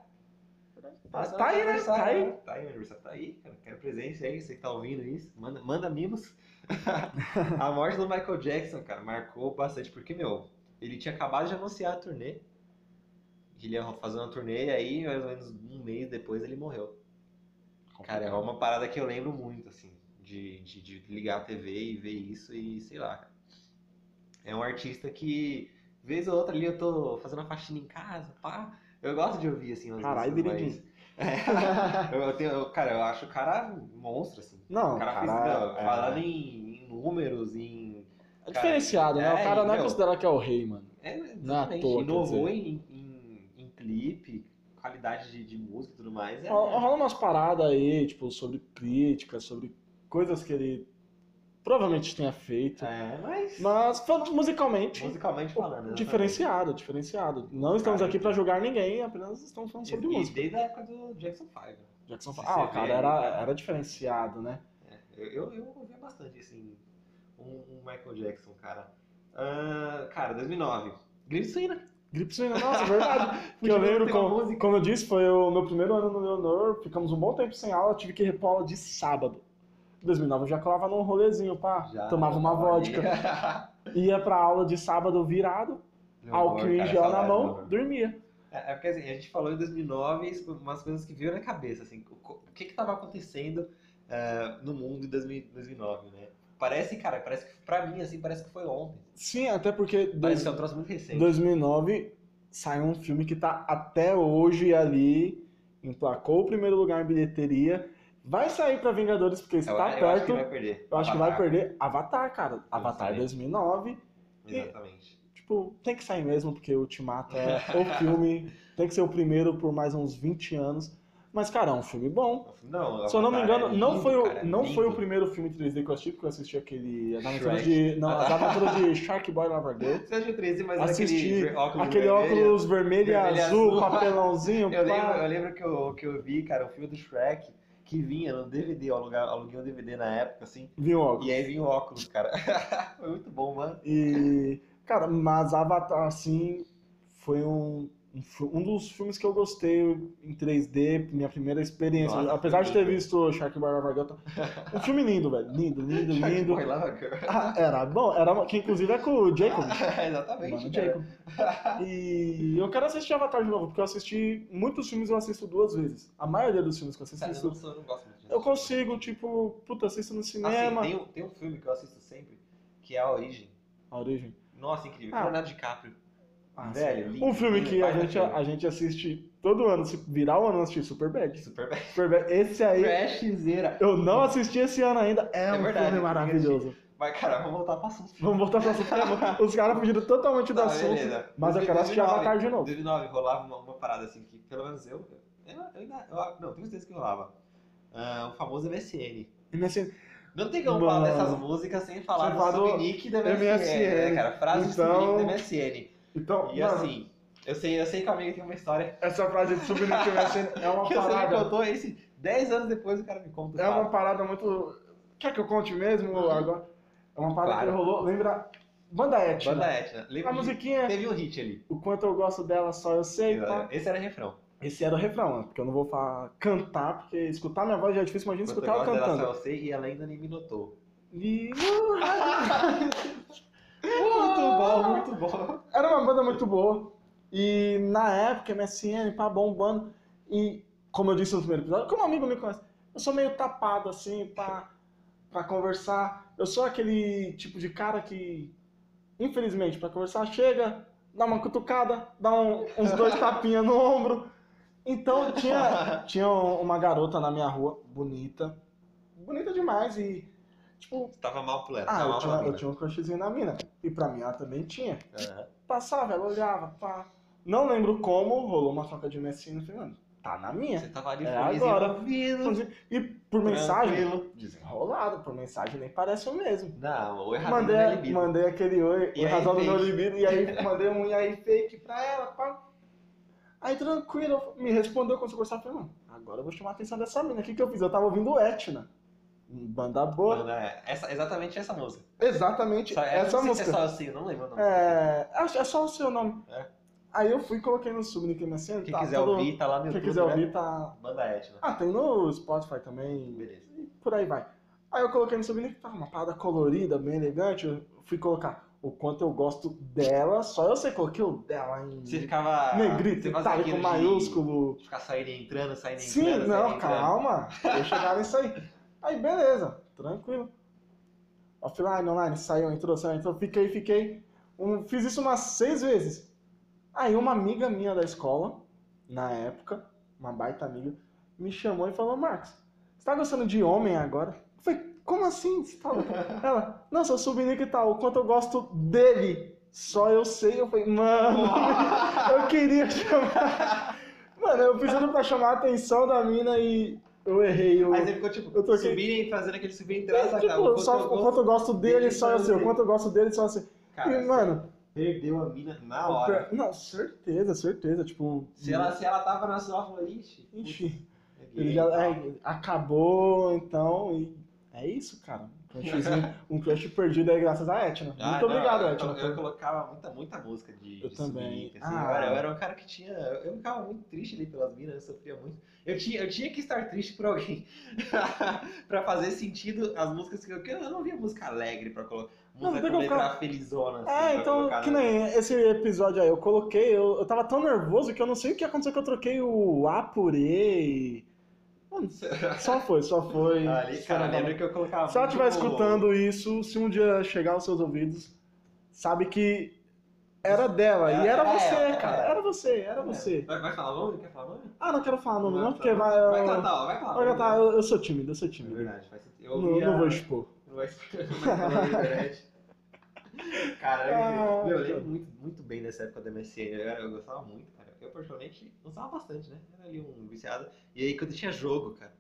Na tá semana do aí, né? aniversário, Tá aí. né? Tá aí, o aniversário tá aí, cara. Quero presença aí, você que tá ouvindo isso. Manda, manda mimos. a morte do Michael Jackson, cara, marcou bastante, porque, meu, ele tinha acabado de anunciar a turnê. Ele ia fazer uma turnê e aí, mais ou menos um mês depois, ele morreu. Cara, é uma parada que eu lembro muito, assim, de, de, de ligar a TV e ver isso e sei lá. cara. É um artista que, vez ou outra ali, eu tô fazendo a faxina em casa, pá. Eu gosto de ouvir, assim, umas Caralho, músicas Biridinho. mais- Eu, eu tenho, eu- cara, eu acho o cara um monstro, assim. Não, O cara, fez, não, cara, falando é, em, em números, em... é diferenciado, né? É, o cara não é meu. considerado que é o rei, mano. É, Não é à exatamente, toa, quer inovou em, em, em clipe, qualidade de, de música e tudo mais. É, Ro- Rola umas paradas aí, tipo, sobre críticas, sobre coisas que ele provavelmente tenha feito. é, mas, Mas falando musicalmente, musicalmente falando, exatamente. diferenciado, diferenciado. Não estamos Cara, aqui pra julgar ninguém, apenas estamos falando sobre e, e música. desde a época do Jackson 5. Jackson Se Five. Ah, cara, você vê né? aí, era, cara. era diferenciado, né? Eu, eu, eu ouvia bastante, assim, um, um Michael Jackson, cara. Ah, cara, 2009. Grito Suína. Gripsina, nossa, é verdade. que Podia eu não lembro, ter uma como, música. como eu disse, foi o meu primeiro ano no Leonor, ficamos um bom tempo sem aula, tive que repor aula de sábado. Em 2009 eu já colava num rolezinho, pá, tomava uma vodka, ia pra aula de sábado virado, álcool em gel na mão, dormia. É, é porque assim, a gente falou em 2009 e isso foi umas coisas que veio na cabeça, assim. O, co- o que que tava acontecendo ah, no mundo em 2000 2009, né? Parece, cara, parece que pra mim, assim, parece que foi ontem. Sim, até porque Parece dois, que é um troço muito recente. 2009 saiu um filme que tá até hoje ali, emplacou o primeiro lugar em bilheteria, vai sair pra Vingadores porque Eu- está eu acho tá perto. que vai perder. Eu acho que vai Avatar, perder Avatar, cara. Avatar Exatamente. 2009. Exatamente. Tipo, tem que sair mesmo, porque Ultimato é o filme. Tem que ser o primeiro por mais uns 20 anos. Mas, cara, é um filme bom. Não, Se eu não me Avatar é engano, não, lindo, foi o, cara, é não lindo. foi o primeiro filme 3D que eu assisti, porque eu assisti aquele. As aventuras Shrek. Ah, tá. de. Não, as aventuras de Shark Boy Lava Girl. Você acha o 13, mas Assisti aquele óculos Aquele vermelho? óculos vermelho e vermelho e azul, azul. papelãozinho. Eu lembro, pá. eu lembro que, eu, que eu vi, cara, o filme do Shrek que vinha no DVD, eu alugava- aluguei um DVD na época, assim, Vi um óculos. e aí vinha o óculos, cara. Foi muito bom, mano. E, cara, mas Avatar, assim, foi um, um, fi- um dos filmes que eu gostei em 3D, minha primeira experiência. Nossa, Apesar de que ter lindo. visto Shark Bar Vargata. Um filme lindo, velho. Lindo, lindo, Shark lindo. Boy Lava Girl. Ah, era bom, era uma- que inclusive é com o Jacob. Exatamente, Mano, cara. Jacob. E eu quero assistir Avatar de novo, porque eu assisti muitos filmes eu assisto duas vezes. A maioria dos filmes que eu assisto, Cara, eu assisto- não, sou- eu não gosto muito disso. eu consigo, né, tipo, puta, assisto no Assim, cinema. tem, um- tem um filme que eu assisto sempre, que é A Origem. A origem. Nossa, incrível. Ah. Leonardo DiCaprio. Ah, Velho, lindo, um Um filme lindo, que a baita gente, filme. a gente assiste todo ano, se virar o ano, eu assisti Superbad. Super bad. Superbad. Esse aí, Trashzeira. eu não assisti esse ano ainda. É, É um verdade, filme eu maravilhoso. Mas, cara, vamos voltar pro assunto. Vamos voltar pro assunto. Os caras fugiram totalmente do Tá, assunto. beleza. Mas eu quero assistir 2009, Avatar de novo. 2009 rolava uma, uma parada assim que, pelo menos eu. Eu, eu ainda. eu- não, tenho certeza que rolava. Ah, o famoso MSN. MSN. assim, Não tem como Mano. falar dessas músicas sem falar Sem do falar do subnick da MSN, MSN. né, cara? Frase Então- do subnick da Então, MSN. E mano, assim, eu sei, eu sei que o amigo tem uma história essa frase de subir no MSN é uma que você me parada. contou esse 10 anos depois o cara me conta. É uma parada muito. Quer que eu conte mesmo agora? É uma parada Claro. que rolou. Lembra? Banda Etna. Banda Etna. Lembra A que musiquinha, Teve um hit ali. o quanto eu gosto dela, só eu É. sei, pá. Esse era refrão. Esse era o refrão, né? porque eu não vou falar cantar, porque escutar minha voz já é difícil, imagina Quanto escutar ela gosto dela, cantando. só eu sei e ela ainda nem me notou. E- Muito bom, muito bom. Era uma banda muito boa. E na época, MSN, pá, bombando. E, como eu disse no primeiro episódio, como um amigo me conhece, eu sou meio tapado, assim, pra, pra conversar. Eu sou aquele tipo de cara que, infelizmente, pra conversar, chega, dá uma cutucada, dá um- uns dois tapinhas no ombro. Então, tinha, Tinha um- uma garota na minha rua, bonita. Bonita demais e, tipo, Tava mal pro Lero, ah, tava eu mal tinha, pra eu mim. né? tinha um crushzinho na mina. E pra mim ela também tinha. Aham. Passava, ela olhava, pá. Não lembro como, rolou uma troca de messagem e falei, mano, tá na minha. Você tava ali É feliz agora. e ouvindo. E por mensagem, tranquilo. desenrolado, por mensagem nem parece o mesmo. Não, o errado não é Mandei, libido. mandei aquele oi, E o aí, razão do fake. meu libido, e aí mandei um e aí fake pra ela, pá. Aí tranquilo, me respondeu quando eu conversar, falei, mano, agora eu vou chamar a atenção dessa mina. O que que eu fiz? Eu tava ouvindo Etna. um Banda boa. Mano, é, essa, exatamente essa música. Exatamente Só- é, essa não sei música. se É só assim, eu não lembro o nome. É, acho- é só o seu nome. É. Aí eu fui e coloquei no sub no MSN. Quem tá quiser todo- ouvir, tá lá no Quem YouTube. quiser né? ouvir, tá. Banda Etna. Ah, tem no Spotify também. Beleza. por aí vai. Aí eu coloquei no subnick, tava uma parada colorida, bem elegante. Eu fui colocar o quanto eu gosto dela, só eu sei, coloquei o dela em Você ficava. negrito, você fazia itálico, aquilo de maiúsculo. Ficar saindo e entrando, saindo e entrando. Sim, saindo e não, entrando. calma. Eu chegar nisso aí. Aí beleza, tranquilo. Offline, online, "Ah, saiu, entrou, saiu, entrou. Fiquei, fiquei. Um- fiz isso umas seis vezes. Aí uma amiga minha da escola, na época, uma baita amiga, me chamou e falou, Marcos, você tá gostando de homem agora? Eu falei, como assim? Você tá louco? Ela, não, seu subnick e tal, o quanto eu gosto dele, só eu sei. Eu falei, mano, eu queria chamar. Mano, eu precisando pra chamar a atenção da mina e eu errei. Eu, Aí você ficou tipo, Eu tô aqui. subirem, fazendo aquele subir e entrar, É, sacava? tipo, Enquanto só eu o vou- quanto eu gosto dele, dele, só eu só sei. O dele. quanto eu gosto dele, só eu sei. Cara, e, mano, perdeu a mina na hora. não, certeza, certeza. Tipo, Se ela, se ela tava na sua, ela falou, ixi. enfim. putz, Ele peguei já e tal. é, acabou, então, e é isso, cara. Um crushzinho- um crush perdido aí graças a Etna. Ah, Muito não, obrigado, eu, Etna. Eu, colocava muita, muita música de, Eu de também. subir, assim. Ah. eu, era, eu era um cara que tinha. Eu ficava muito triste ali pelas minas, eu sofria muito. Eu tinha, eu tinha que estar triste por alguém. pra fazer sentido as músicas que eu. que Eu não via música alegre pra colocar. Não, Música tem com que letra colocar- felizona. Assim, É, pra então, colocar que na- nem esse episódio aí, eu coloquei, eu, eu tava tão nervoso que eu não sei o que aconteceu que eu troquei o A por E. e- Mano, só foi, só foi. Ah, Ali, cara, lembra que eu colocava. né? Se ela muito estiver o- escutando isso, se um dia chegar aos seus ouvidos, sabe que era dela, e era Era- você, era- cara, era. era você, era é você. É. Vai, vai falar nome? Quer falar nome? Ah, não quero falar nome, não, Não, porque tá. vai... Vai eu- cantar, ó, vai falar. Olha, nome. tá, eu, eu sou tímido, eu sou É tímido. verdade, faz sentido. Eu Não, não ouvia- vou expor. Não vai escutar mais falar na internet. Cara, eu, Ah, meu, eu cara. lembro muito, muito bem dessa época da MSN. Eu, era- eu gostava muito, cara. Eu, particularmente, usava bastante, né? Era ali um viciado. E aí quando tinha jogo, cara,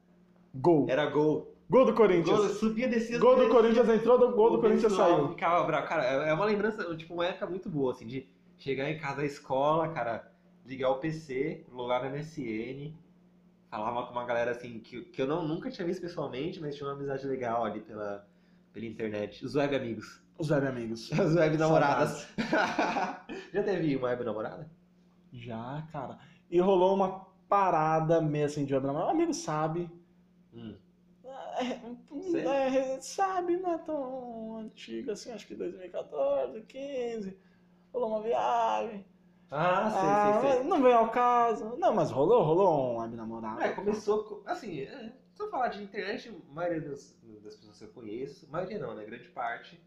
Gol. era gol. Gol do É. Gol, Corinthians. subia, descia. Gol subia, do Corinthians entrou, do- gol do O Corinthians pessoal saiu. Ficava bravo. Cara, é é uma lembrança, tipo, uma época muito boa, assim, de chegar em casa da escola, cara, ligar o PC, logar na MSN, falava com uma galera, assim, que, que eu não, nunca tinha visto pessoalmente, mas tinha uma amizade legal ali pela, pela internet. Os web amigos. Os velhos amigos. As web namoradas. Saudades. Já teve uma web namorada? Já, cara. E rolou uma parada meio assim de web namorado. O amigo sabe. Hum. É, Sério? é, sabe, não é tão antigo assim, acho que 2014, 15. Rolou uma viagem. Ah, Ah, sei, sei, sei. mas Não veio ao caso. Não, mas rolou, rolou um web namorado. É, começou, co- assim, é, se eu falar de internet, a maioria das, das pessoas que eu conheço, maioria não, né, grande parte,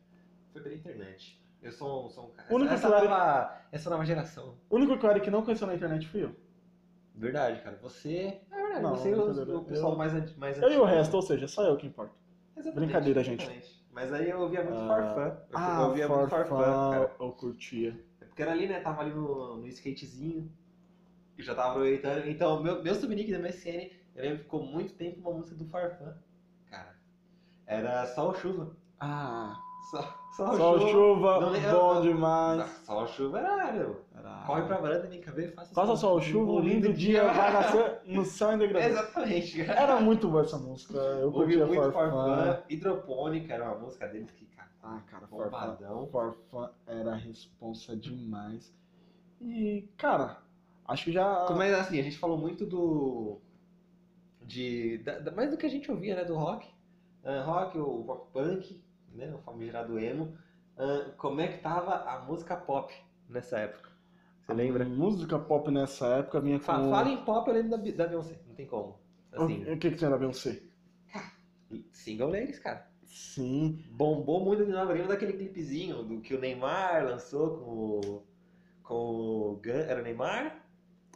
foi pela internet. Eu sou, um- sou um cara, O único essa, que eu era- nova, essa nova geração. O único que eu era que não conheceu na internet fui eu. Verdade, cara, você, é verdade, Não, você é o, brincadeira. o pessoal Eu- mais, anti- mais Eu e o antigo. resto, ou seja, só eu que importa. Exatamente, Brincadeira, gente. exatamente. Mas aí eu ouvia muito Ah, farfã, eu, eu ouvia muito farfã, farfã, cara. Ah, eu curtia. É Porque era ali, né, tava ali no, no skatezinho, e já tava aproveitando. Então, meu, meu subnick da MSN, eu lembro que ficou muito tempo uma música do farfã, cara. Era só o chuva. Ah, Só, só, sol, chuva. chuva, Não, eu- bom eu- demais. Ah, Só chuva era, meu. Caralho. Corre pra varanda, vem cá ver, faça assim, Faça esse- sol, chuva, um lindo dia vai nascer no céu indegradável. Exatamente, cara. Era muito boa essa música, eu Ouvi curtia muito Farfã. Farfã. Hidropônica era uma música deles que, cara, Ah, cara, Farfã. bombadão. Farfã era responsa demais. E, cara, acho que já... Mas assim, a gente falou muito do. De, da- da- mais do que a gente ouvia, né? Do rock. Ah, rock, o rock punk, né? O famigerado emo. Ah, como é que tava a música pop nessa época? Você lembra? A música pop nessa época vinha com... Fa- Fala em pop, eu lembro da, Bi- da Beyoncé, não tem como. Assim, O que que tinha da Beyoncé? Single Ladies, cara. Sim, Bombou muito de novo. Lembra daquele clipezinho do que o Neymar lançou com o. Com o Gan... Era o Neymar?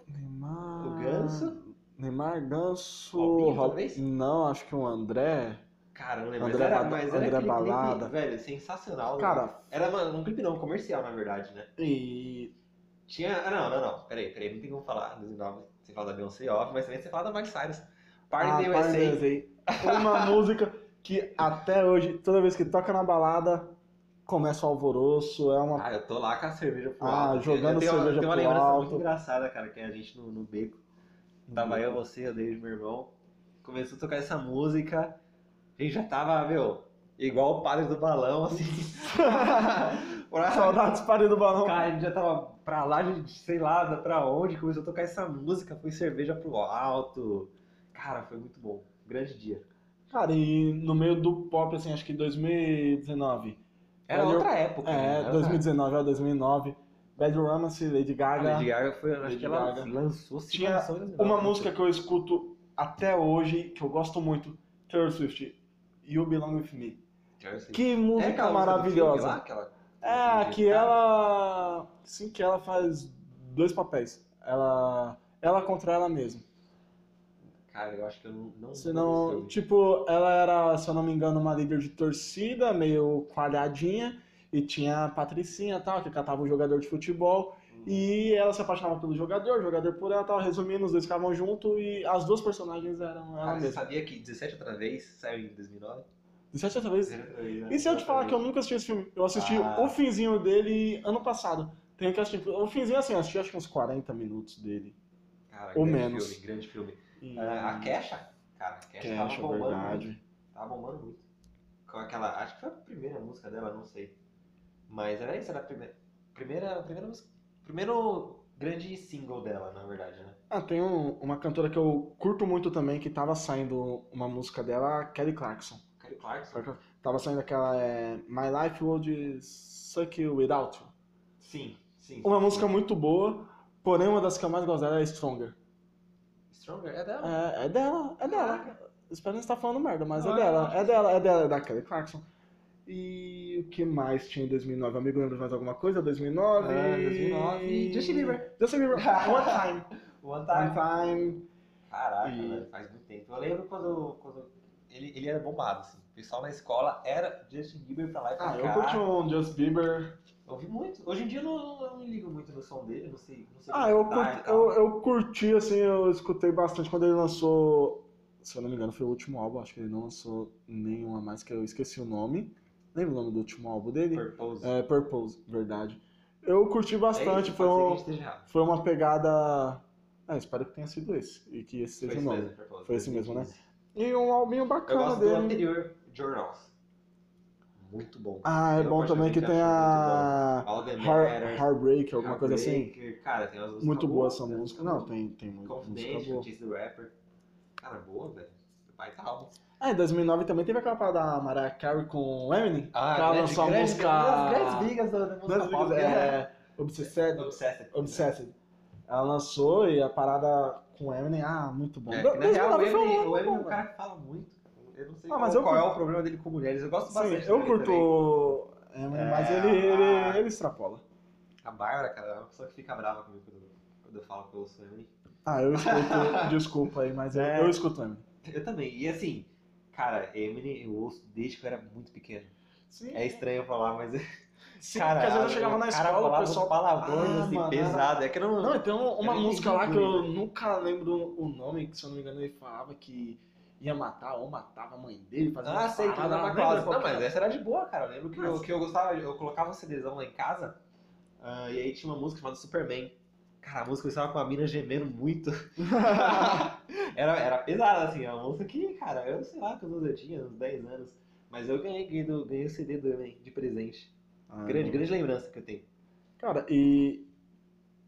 Neymar... O Ganso? Neymar, Ganso... Robinho, Ro- talvez? Não, acho que o André... Cara, não lembro. André mas era, Bada- mas era André aquele clipe, Balada. velho, sensacional. Cara, Era mano, um clipe não, comercial, na verdade, né? e... Tinha. Ah, não, não, não. Peraí, peraí, não tem como falar. 2009, você fala da Beyoncé, óbvio, mas também você fala da Miley Cyrus. Ah, Party in the Party in USA. the USA. Uma música que até hoje, toda vez que toca na balada, começa o alvoroço, é uma. Ah, eu tô lá com a cerveja pro Ah, alto. jogando eu tenho uma- cerveja Tem uma pro lembrança alto. Uhum. muito engraçada, cara, que é a gente no, no beco. Tava Tá, eu, você, eu, David, meu irmão. Começou a tocar essa música. A gente já tava, meu, igual o padre do balão, assim. pra... Saudades parei do balão. Cara, a gente já tava pra lá, de- de sei lá, pra onde. Começou a tocar essa música, foi cerveja pro alto. Cara, foi muito bom. Grande dia. Cara, e no meio do pop, assim, acho que 2019. Era Olha, outra época. né? É, Era 2019 ou 2009. Bad Romance, Lady outra- A Gaga. Lady Gaga foi, acho Lady que ela Gaga. lançou né? se Tinha lançou em 2009, Uma não música que eu escuto até hoje, que eu gosto muito, Taylor Swift, You Belong With Me. sei. Que É música aquela música do filme maravilhosa. lá, aquela- É, do- que ela. Sim, que ela faz dois papéis. Ela. Ela contra ela mesma. Cara, eu acho que eu não. não não Senão, sei. tipo, ela era, se eu não me engano, uma líder de torcida, meio qualhadinha. E tinha a Patricinha e tal, que catava um jogador de futebol. E ela se apaixonava pelo jogador, o jogador por ela tal. Resumindo, os dois ficavam junto e as duas personagens eram ela Cara, Ah, você mesma. sabia que 17 outra vez saiu em 2009? Isso é certa vez. 17 outra vez. né? E se eu te falar que eu nunca assisti esse filme? Eu assisti Ah. o finzinho dele ano passado. Tenho que assistir. O finzinho, assim, eu assisti acho que uns 40 minutos dele. Cara, ou grande menos. Filme, grande filme. E- Ah, a Kesha, cara, a Kesha, tava Cash, é bombando. né? verdade. muito, Tava bombando muito. Com aquela. Acho que foi a primeira música dela, não sei. Mas era isso, era a primeira. Primeira, primeira música. Primeiro grande single dela, na verdade, né? Ah, tem um- uma cantora que eu curto muito também, que tava saindo uma música dela, a Kelly Clarkson. Kelly Clarkson. Tava saindo aquela é, My Life Would Suck You Without You. Sim, sim. Uma música muito boa, porém uma das que eu mais gosto dela é Stronger. Stronger é dela. É, é dela, é dela. Caraca. Ah. Espero não estar falando merda, mas é Não, eu dela, acho é que dela, é dela, é da Kelly Clarkson. E o que mais tinha em 2009? Amigo, lembra de mais alguma coisa? 2009? Ah, 2009. E Justin Bieber. Justin Bieber. One Time. One Time. One Time. Caraca, E- velho, faz muito tempo. Eu lembro quando, quando ele, ele era bombado, assim. O pessoal na escola era Justin Bieber pra lá e pra Ah, cá. eu curti um Just Bieber. Ouvi muito. Hoje em dia eu não, eu não me ligo muito no som dele, não sei. Não sei Ah, eu, como tá e curti, tal. eu, eu curti, assim, eu escutei bastante quando ele lançou. Se eu não me engano, foi o último álbum, acho que ele não lançou nenhum a mais, que eu esqueci o nome. Lembra o nome do último álbum dele? Purpose. É, Purpose, verdade. Eu curti bastante, É, foi, pode ser que a um, gente esteja errado. foi uma pegada. Ah, espero que tenha sido esse. E que esse seja Foi o esse nome. mesmo, Purpose. Foi esse mesmo, né? E um albinho Eu bacana gosto do dele. anterior, Journals. Muito bom. Ah, é Eu bom também que particularmente tem acho a. All the Heart- Matters, Heartbreak, alguma coisa assim. Heartbreaker. Cara, tem umas músicas Muito boa boas, né? essa tem música. Não, tem, tem muita música Confidential, boa. Chase the Rapper. Cara, boa, velho. Baita álbum. Ah, em 2009 também teve aquela parada da Mariah Carey com o Eminem. Ah, que ela lançou a música. As grandes vigas da da música Grandes pop. Vigas, né? é, Obsessed. Obsessed. Obsessed. Ela lançou e a parada com o Eminem, ah, muito bom. É, que, na 2009 real, o foi um Eminem, ano o Eminem é um bom, cara que fala muito. Eu não sei Ah, qual, mas eu qual é curto- o problema dele com mulheres. Eu gosto Sim, bastante eu dele curto também. o Eminem, mas É, ele, ele, a- ele extrapola. A Bárbara, cara, é uma pessoa que fica brava comigo quando, quando eu falo que eu sou Eminem. Ah, eu escuto, desculpa aí, mas eu, É. eu escuto o Eminem. Eu também. E assim, cara, Eminem eu ouço desde que eu era muito pequeno. Sim, É estranho falar, mas Sim, cara, porque às vezes eu o chegava na cara escola, o falava pessoal palavrões Ah, assim, mano, pesado. É que eu não, Não, e tem um- uma Eu nem música entendi lá que muito, eu né? nunca lembro o nome, que se eu não me engano ele falava que ia matar ou matava a mãe dele, fazia Ah, sei que não Ah, parada, dava lembra quase. Não, qual que mas é. era? essa era de boa, cara. Eu lembro que, eu, Mas- que eu gostava, eu colocava um CDzão lá em casa, ah, e aí tinha uma música chamada Superman. Cara, a música estava com a mina gemendo muito. era, era pesada, assim, a música que, cara, eu sei lá quantos eu tinha, uns 10 anos. Mas eu ganhei, ganhei, do- ganhei o CD do Enem de presente. Ah, grande, não. grande lembrança que eu tenho. Cara, e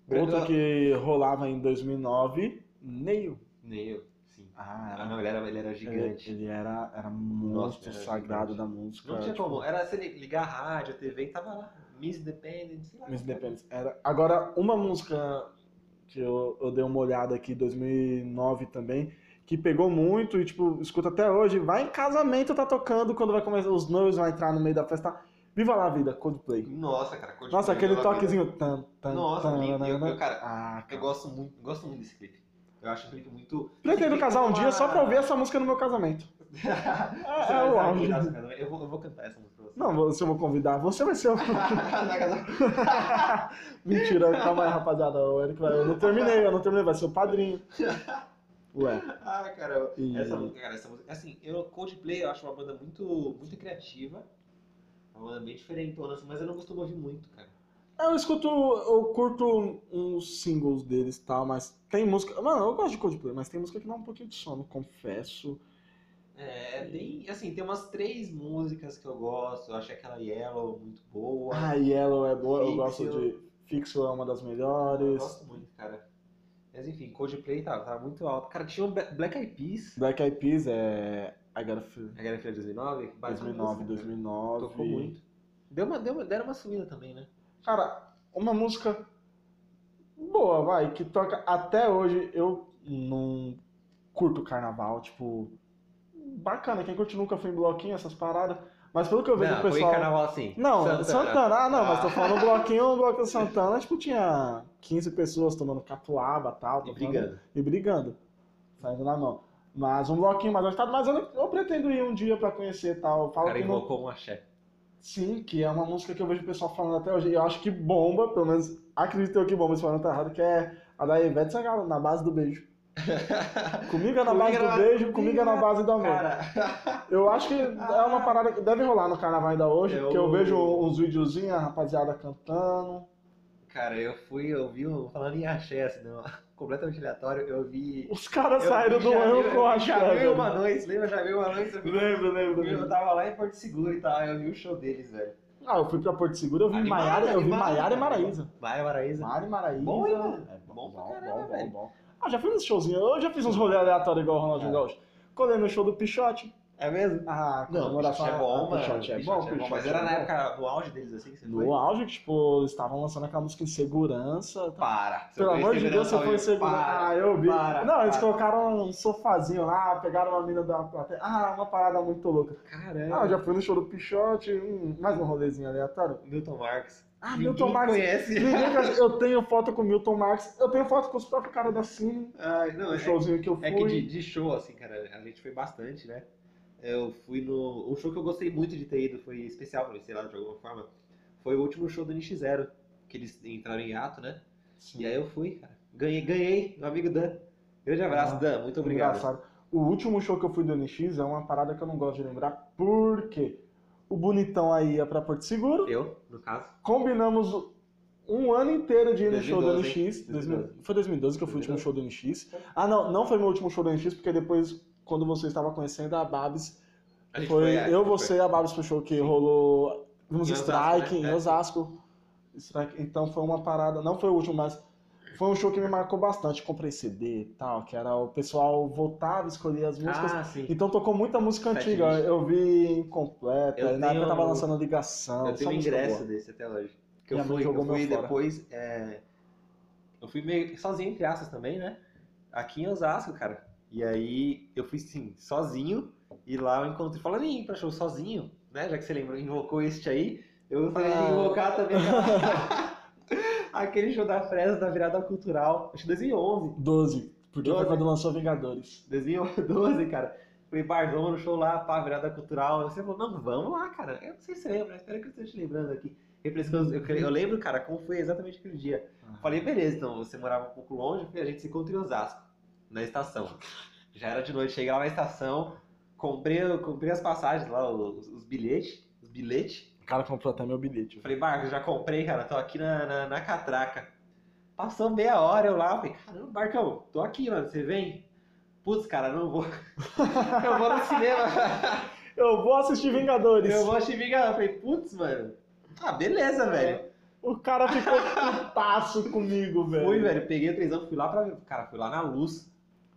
Grande- outro que rolava em 2009, Neil. Nem eu, sim. É, Ah, Ah, não, ele era, ele era gigante. Ele, ele era, era monstro era sagrado gigante. da música. Não tinha tipo, como. Era se ele ligar a rádio, a TV e tava lá. Miss Independent, sei lá. Miss Independence. Era... Agora, uma música que eu, eu dei uma olhada aqui, 2009 também, que pegou muito e, tipo, escuta até hoje. Vai em casamento, tá tocando, quando vai começar, os noivos vão entrar no meio da festa. Viva lá a vida, Coldplay. Nossa, cara. Coldplay, Nossa, aquele eu adoro. toquezinho. Tan, tan, Nossa, tan, lindo. E eu- nan, eu, cara, Ah, Eu cara. gosto muito, gosto muito desse clipe. Eu acho um clipe muito. Pretendo Esse clipe casar um é dia uma- só pra ouvir essa música no meu casamento. Você vai é o saber auge. casar, cara. Eu vou, eu vou cantar essa música pra você. Não, você eu vou convidar, você vai ser o. Vai casar. Mentira, calma aí, rapaziada. O Eric vai. Eu não terminei, eu não terminei, vai ser o padrinho. Ué. ah, cara. E... Essa música, cara, essa música. Assim, eu, Coldplay, eu acho uma banda muito, muito criativa. Uma banda bem diferentona, assim, mas eu não costumo ouvir muito, cara. Eu escuto, eu curto um, uns singles deles e tal, mas tem música. Mano, eu gosto de Coldplay, mas tem música que dá um pouquinho de sono, confesso. É, é bem. Assim, tem umas três músicas que eu gosto. Eu achei aquela Yellow muito boa. Ah, Yellow é boa, eu Fix gosto You. de. Fixo é uma das eu melhores. gosto muito, cara. Mas enfim, Coldplay tá, tá muito alto. Cara, tinha um Bla- Black Eyed Peas. Black Eyed Peas é. I Gotta Feel. A galera foi 2009? Baita 2009, música, cara. 2009. assim, né? Tocou muito. Deu uma, deu uma, deram uma sumida também, né? Cara, uma música boa, vai, que toca até hoje. Eu não curto carnaval, tipo. Bacana, quem curte nunca foi em bloquinho, essas paradas. Mas pelo que eu vejo do pessoal. assim. Não, Santana. Ah, não, mas tô Ah. falando bloquinho, o bloquinho Santana, tipo, tinha 15 pessoas tomando catuaba e tal. E tocando- brigando. E brigando. Saindo na mão. Mas um bloquinho mais agitado, mas eu, não- eu pretendo ir um dia pra conhecer e tal. Eu O Falo cara que não- invocou um axé. Sim, que é uma música que eu vejo o pessoal falando até hoje. E eu acho que bomba, pelo menos acredito eu que bomba, se falando tá errado, que é a da Ivete Sangalo, na base do beijo. Comigo é na Comigo base é do na- beijo, comigo é na base do amor. Cara, Eu acho que é uma parada que deve rolar no carnaval ainda hoje, Eu- porque eu vejo uns videozinhos, a rapaziada cantando. cara, eu fui, eu vi um, falando em axé, assim, não, completamente aleatório, eu vi. Os caras eu saíram vi do Jamil- ano com eu a vi Jamil chave. uma noite, lembra? Já viu uma noite? Eu, vi- Lembro, lembro, eu lembro. tava lá em Porto Seguro e tal, eu vi o show deles, velho. Ah, eu fui pra Porto Seguro, eu vi Animado, Maiara, eu vi animado, Maiara e cara. Maraísa. Maia Maraíza. Maiara e Maraísa. Bom, hein, mano? É Bom pra caramba, velho. bom. Ah, já fiz uns showzinhos, eu já fiz uns rolê aleatórios igual o Ronaldinho É. Gaúcho. Colei no show do Pichote. É mesmo? Ah, Não, comemoração. Pichote é bom, ah, mano. Pichote é bom, Pichote Mas é era na bom. época, no auge deles, assim, que você foi? No auge, que, tipo, eles estavam lançando aquela música tá Insegurança. Para. Pelo amor de Deus, você você foi segurar. Ah, eu vi. para, não, eles para. colocaram um sofazinho lá, pegaram uma mina da plateia. Ah, uma parada muito louca. Caramba. Ah, eu já fui no show do Pichote, hum, mais um rolezinho aleatório. Milton Marx. Ah, Ninguém Milton Marx. conhece. Ninguém conhece. Eu tenho foto com o Milton Marx, eu tenho foto com os próprios caras da Cine, Ai, não, o é, showzinho que eu fui. é que de, de show, assim, cara, a gente foi bastante, né? Eu fui no. Um show que eu gostei muito de ter ido, foi especial pra mim, sei lá, de alguma forma. Foi o último show do NX0, que eles entraram em ato, né? Sim. E aí eu fui, cara. Ganhei, ganhei, meu amigo Dan. Grande abraço, Ah, Dan. Muito obrigado. Engraçado. O último show que eu fui do NX é uma parada que eu não gosto de lembrar, porque o bonitão aí ia pra Porto Seguro, Eu, no caso. combinamos um ano inteiro de ir no show do 2012, hein? NX. 2000 Foi 2012 que eu fui o último 2012. show do NX. Ah, não, não foi meu último show do NX, porque depois, quando você estava conhecendo a Babs, A gente foi é, eu, foi. você e a Babs pro show que rolou. Vimos Em Osasco, Strike né? em É. Osasco. Strike. Então foi uma parada, não foi o último, mas foi um show que me marcou bastante. Comprei CD e tal, que era o pessoal voltava, escolhia as músicas. Ah, sim. Então tocou muita música Sete antiga. lixo. Eu vi incompleta, Eu e na época tenho- tava lançando ligação. só Eu tenho um música ingresso boa. desse até hoje. Que eu Minha mãe fui, eu jogou meu fui fora. depois. é, Eu fui meio sozinho, entre aspas, também, né? Aqui em Osasco, cara. E aí eu fui sim, sozinho. E lá eu encontrei. Falando em ir pra show sozinho, né? Já que você lembrou, invocou este aí. Eu falei Ah. em invocar também. Aquele show da Fresa da virada cultural. Acho que 2011. 12. Porque foi Doze. quando lançou Vingadores. 2012, cara. Falei, Barzão no show lá, pá, virada cultural. Você falou, não, vamos lá, cara. Eu não sei se você lembra, espero que eu esteja te lembrando aqui. Refrescando, eu, eu lembro, cara, como foi exatamente aquele dia. Falei, beleza, então você morava um pouco longe, falei, a gente se encontra em Osasco, na estação. Já era de noite, cheguei lá na estação, comprei, comprei as passagens lá, os, os bilhetes, os bilhetes. O cara comprou até meu bilhete. Eu Falei, Marcos, já comprei, cara, tô aqui na, na, na catraca. Passou meia hora eu lá, falei, caramba, Marcão, tô aqui, mano, você vem? Putz, cara, não vou. eu vou no cinema. Eu vou assistir Vingadores. eu vou te vingar. Eu falei, putz, mano. Ah, beleza, velho. O cara ficou putaço comigo, velho. Fui, velho, peguei o trenzão, fui lá pra. Cara, fui lá na luz.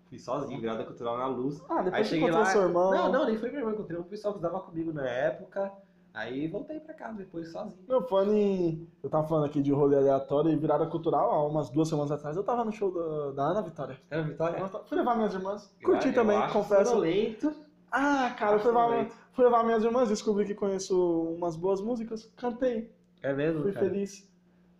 Fui sozinho, virada cultural na luz. Ah, Aí depois que cheguei encontrou lá- seu irmão. Não, não, nem foi meu irmão, encontrei um pessoal que estava comigo na época. Aí voltei pra casa depois sozinho. Meu fone, em- eu tava falando aqui de rolê aleatório e virada cultural, há umas duas semanas atrás, eu tava no show da, da Ana é Vitória. Era Vitória? Eu tava- Fui levar minhas irmãs, É. Eu curti acho- também, eu acho confesso. sonolento. Ah, cara, eu fui levar, Sonolento. fui levar minhas irmãs, descobri que conheço umas boas músicas, cantei, É mesmo, fui cara. feliz.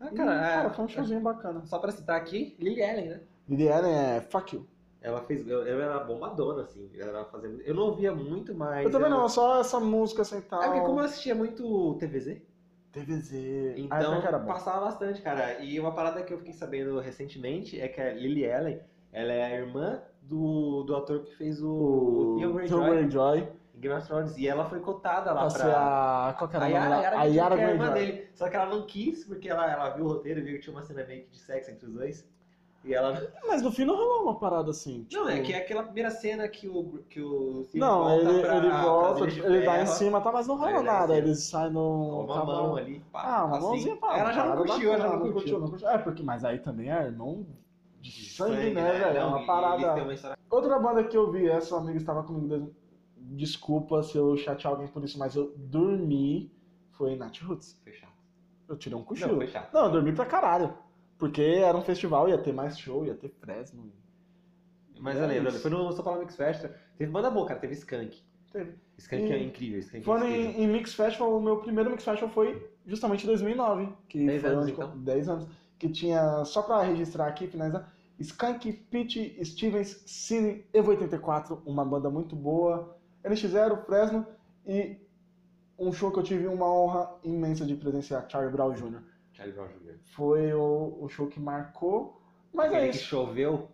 Ah, E, cara, é, cara, foi um showzinho bacana. Só pra citar aqui, Lily Allen, né? Lily Allen é fuck you. Ela fez. Eu, eu era bombadona, assim. Eu, era fazendo, eu não ouvia muito, mas. Eu também eu- não, só essa música assim tal. É porque como eu assistia muito TVZ, TVZ. Ah, então essa que era bom. passava bastante, cara. E uma parada que eu fiquei sabendo recentemente é que a Lily Allen, ela é a irmã do, do ator que fez o, o Theon Tio Greyjoy Greyjoy. em Game of Thrones. E ela foi cotada lá Pra ser a. Qual que era A o nome Yara, dela? A Yara que é a irmã Greyjoy. dele. Só que ela não quis, porque ela, ela viu o roteiro, viu que tinha uma cena meio que de sexo entre os dois. E ela Mas no fim não rolou uma parada assim. Não, é tipo- que é aquela primeira cena que o. Que o Steve Não, ele, pra- ele pra volta, tipo, Ilha de ele dá em Ferro, cima, tá? Mas não Aí rola ele dá em nada, cima. ele sai no. tá Uma mão ali. Pá, Ah, uma assim. mãozinha pá. Ela já não parada curtiu, ela já bacana, não curtiu. não curtiu. É, porque, mas aí também é irmão de De sangue, né, velho? É Não, uma e- parada. eles têm uma história- Outra banda que eu vi, essa amiga estava comigo. desde- Desculpa se eu chatear alguém por isso, mas eu dormi. Foi Nat Roots. Foi chato. Eu tirei um Não, cochilo. foi chato. Não, eu dormi pra caralho. Porque era um festival, ia ter mais show, ia ter Fresno. Mas É eu lembro, isso. foi no São Paulo Mix Festa. Teve banda boa, cara. Teve Skank. Teve. Skank E- é incrível. Skank é Falando incrível. em, em Mix Festival, o meu primeiro Mix Festival foi justamente em 2009. Que Dez foi anos, onde- então. dez anos. Que tinha, só pra registrar aqui, finalizar, Skank, Pete, Stevens, Cine, Evo 84, uma banda muito boa, NX0, Fresno e um show que eu tive uma honra imensa de presenciar, Charlie Brown Jr. Charlie Brown Jr. Foi o, o show que marcou, mas Aquele é que isso. choveu.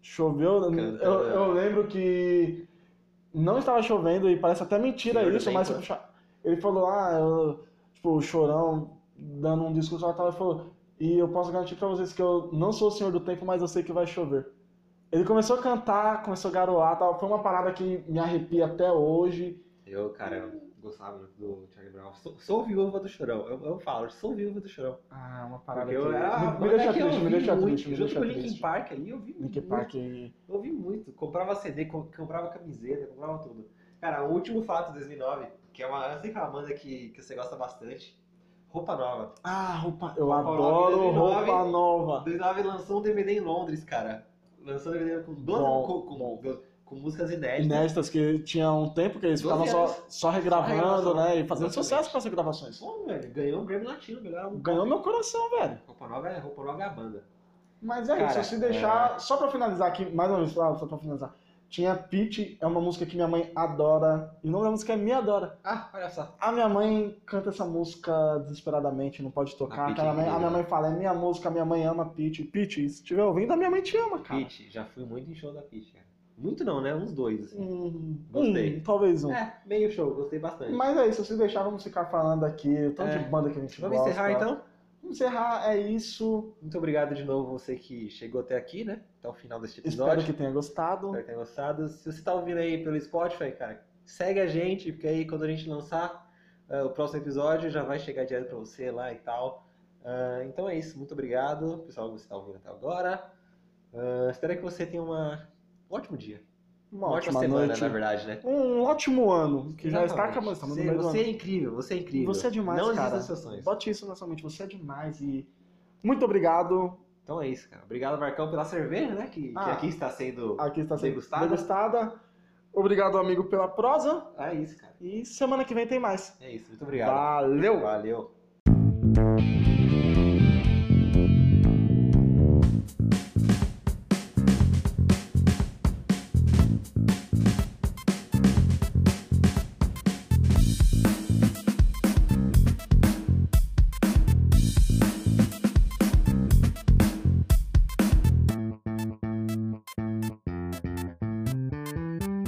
Choveu, eu, Cantando. eu lembro que não estava chovendo e parece até mentira Senhor do isso, mas Tempo, tipo, ele falou, ah, eu, tipo, o chorão dando um discurso lá e tal, ele falou, e eu posso garantir pra vocês que eu não sou o senhor do tempo, mas eu sei que vai chover. Ele começou a cantar, começou a garoar, tal, foi uma parada que me arrepia até hoje. Eu, cara, eu gostava muito do Charlie Brown. Sou, sou viúva do chorão. Eu, eu falo, sou viúva do chorão. Ah, uma parada Porque que... eu era. me, me banda deixa que triste, eu me ouvi deixa muito. triste, me Junto deixa com o Linkin triste. Park ali, eu vi Linkin muito. Park... Eu ouvi muito, comprava CD, co- comprava camiseta, comprava tudo. Cara, o último fato de 2009, que é uma, eu sei que é uma banda que, que você gosta bastante, Roupa Nova. Ah, roupa... Eu Roupa Nova adoro 2009. roupa nova. 2009 lançou um DVD em Londres, cara. Lançou um DVD com 12 Bom, com, com- bom. com- com músicas inéditas. inéditas que tinha um tempo que eles Doze ficavam só, anos. só regravando, Só regravação. né? E fazendo Exatamente. sucesso com as regravações. Pô, velho, ganhou um Grammy Latino, melhor álbum. Ganhou meu coração, velho. Roupa Nova é, Roupa Nova é a banda. Mas é Cara, isso, se deixar. Só pra finalizar aqui, mais uma vez, Flávio, só pra finalizar. Tinha Peach, é uma música que minha mãe adora. E o nome da música é Me Adora. Ah, olha só. A minha mãe canta essa música desesperadamente, não pode A tocar. Pitty Aquela mãe- é a minha mãe fala, é minha música, minha mãe ama Peach. Peach, se estiver ouvindo, a minha mãe te ama, cara. Peach, já fui muito em show da Peach, cara. Muito não, né? Uns dois, assim. Hum, Gostei. hum, talvez um. É, meio show, gostei bastante. Mas é isso, se deixar, vamos ficar falando aqui, o tanto É. de banda que a gente Vamos gosta. encerrar então? Vamos encerrar, é isso. Muito obrigado de novo você que chegou até aqui, né? Até o final deste Espero episódio. que tenha gostado. Espero que tenha gostado. Se você tá ouvindo aí pelo Spotify, cara, segue a gente, porque aí quando a gente lançar eh, o próximo episódio já vai chegar direto pra você lá e tal. Ah, então é isso, muito obrigado, pessoal que você tá ouvindo até agora. Ah, espero que você tenha uma... um ótimo dia. Uma ótima, semana, noite. na verdade, né? Um ótimo ano, que já está Exatamente. acabando, tá estamos no você, meio do ano. você é incrível, você é incrível. Você é demais, Não cara. desista dos seus sonhos. Bote isso na sua mente, você é demais e muito obrigado. Então é isso, cara. Obrigado, Marcão, pela cerveja, né? Que, que Ah. aqui está sendo. Aqui está sendo Degustada. degustada. Obrigado, amigo, pela prosa. Ah, é isso, cara. E semana que vem tem mais. É isso. Muito obrigado. Valeu! Valeu.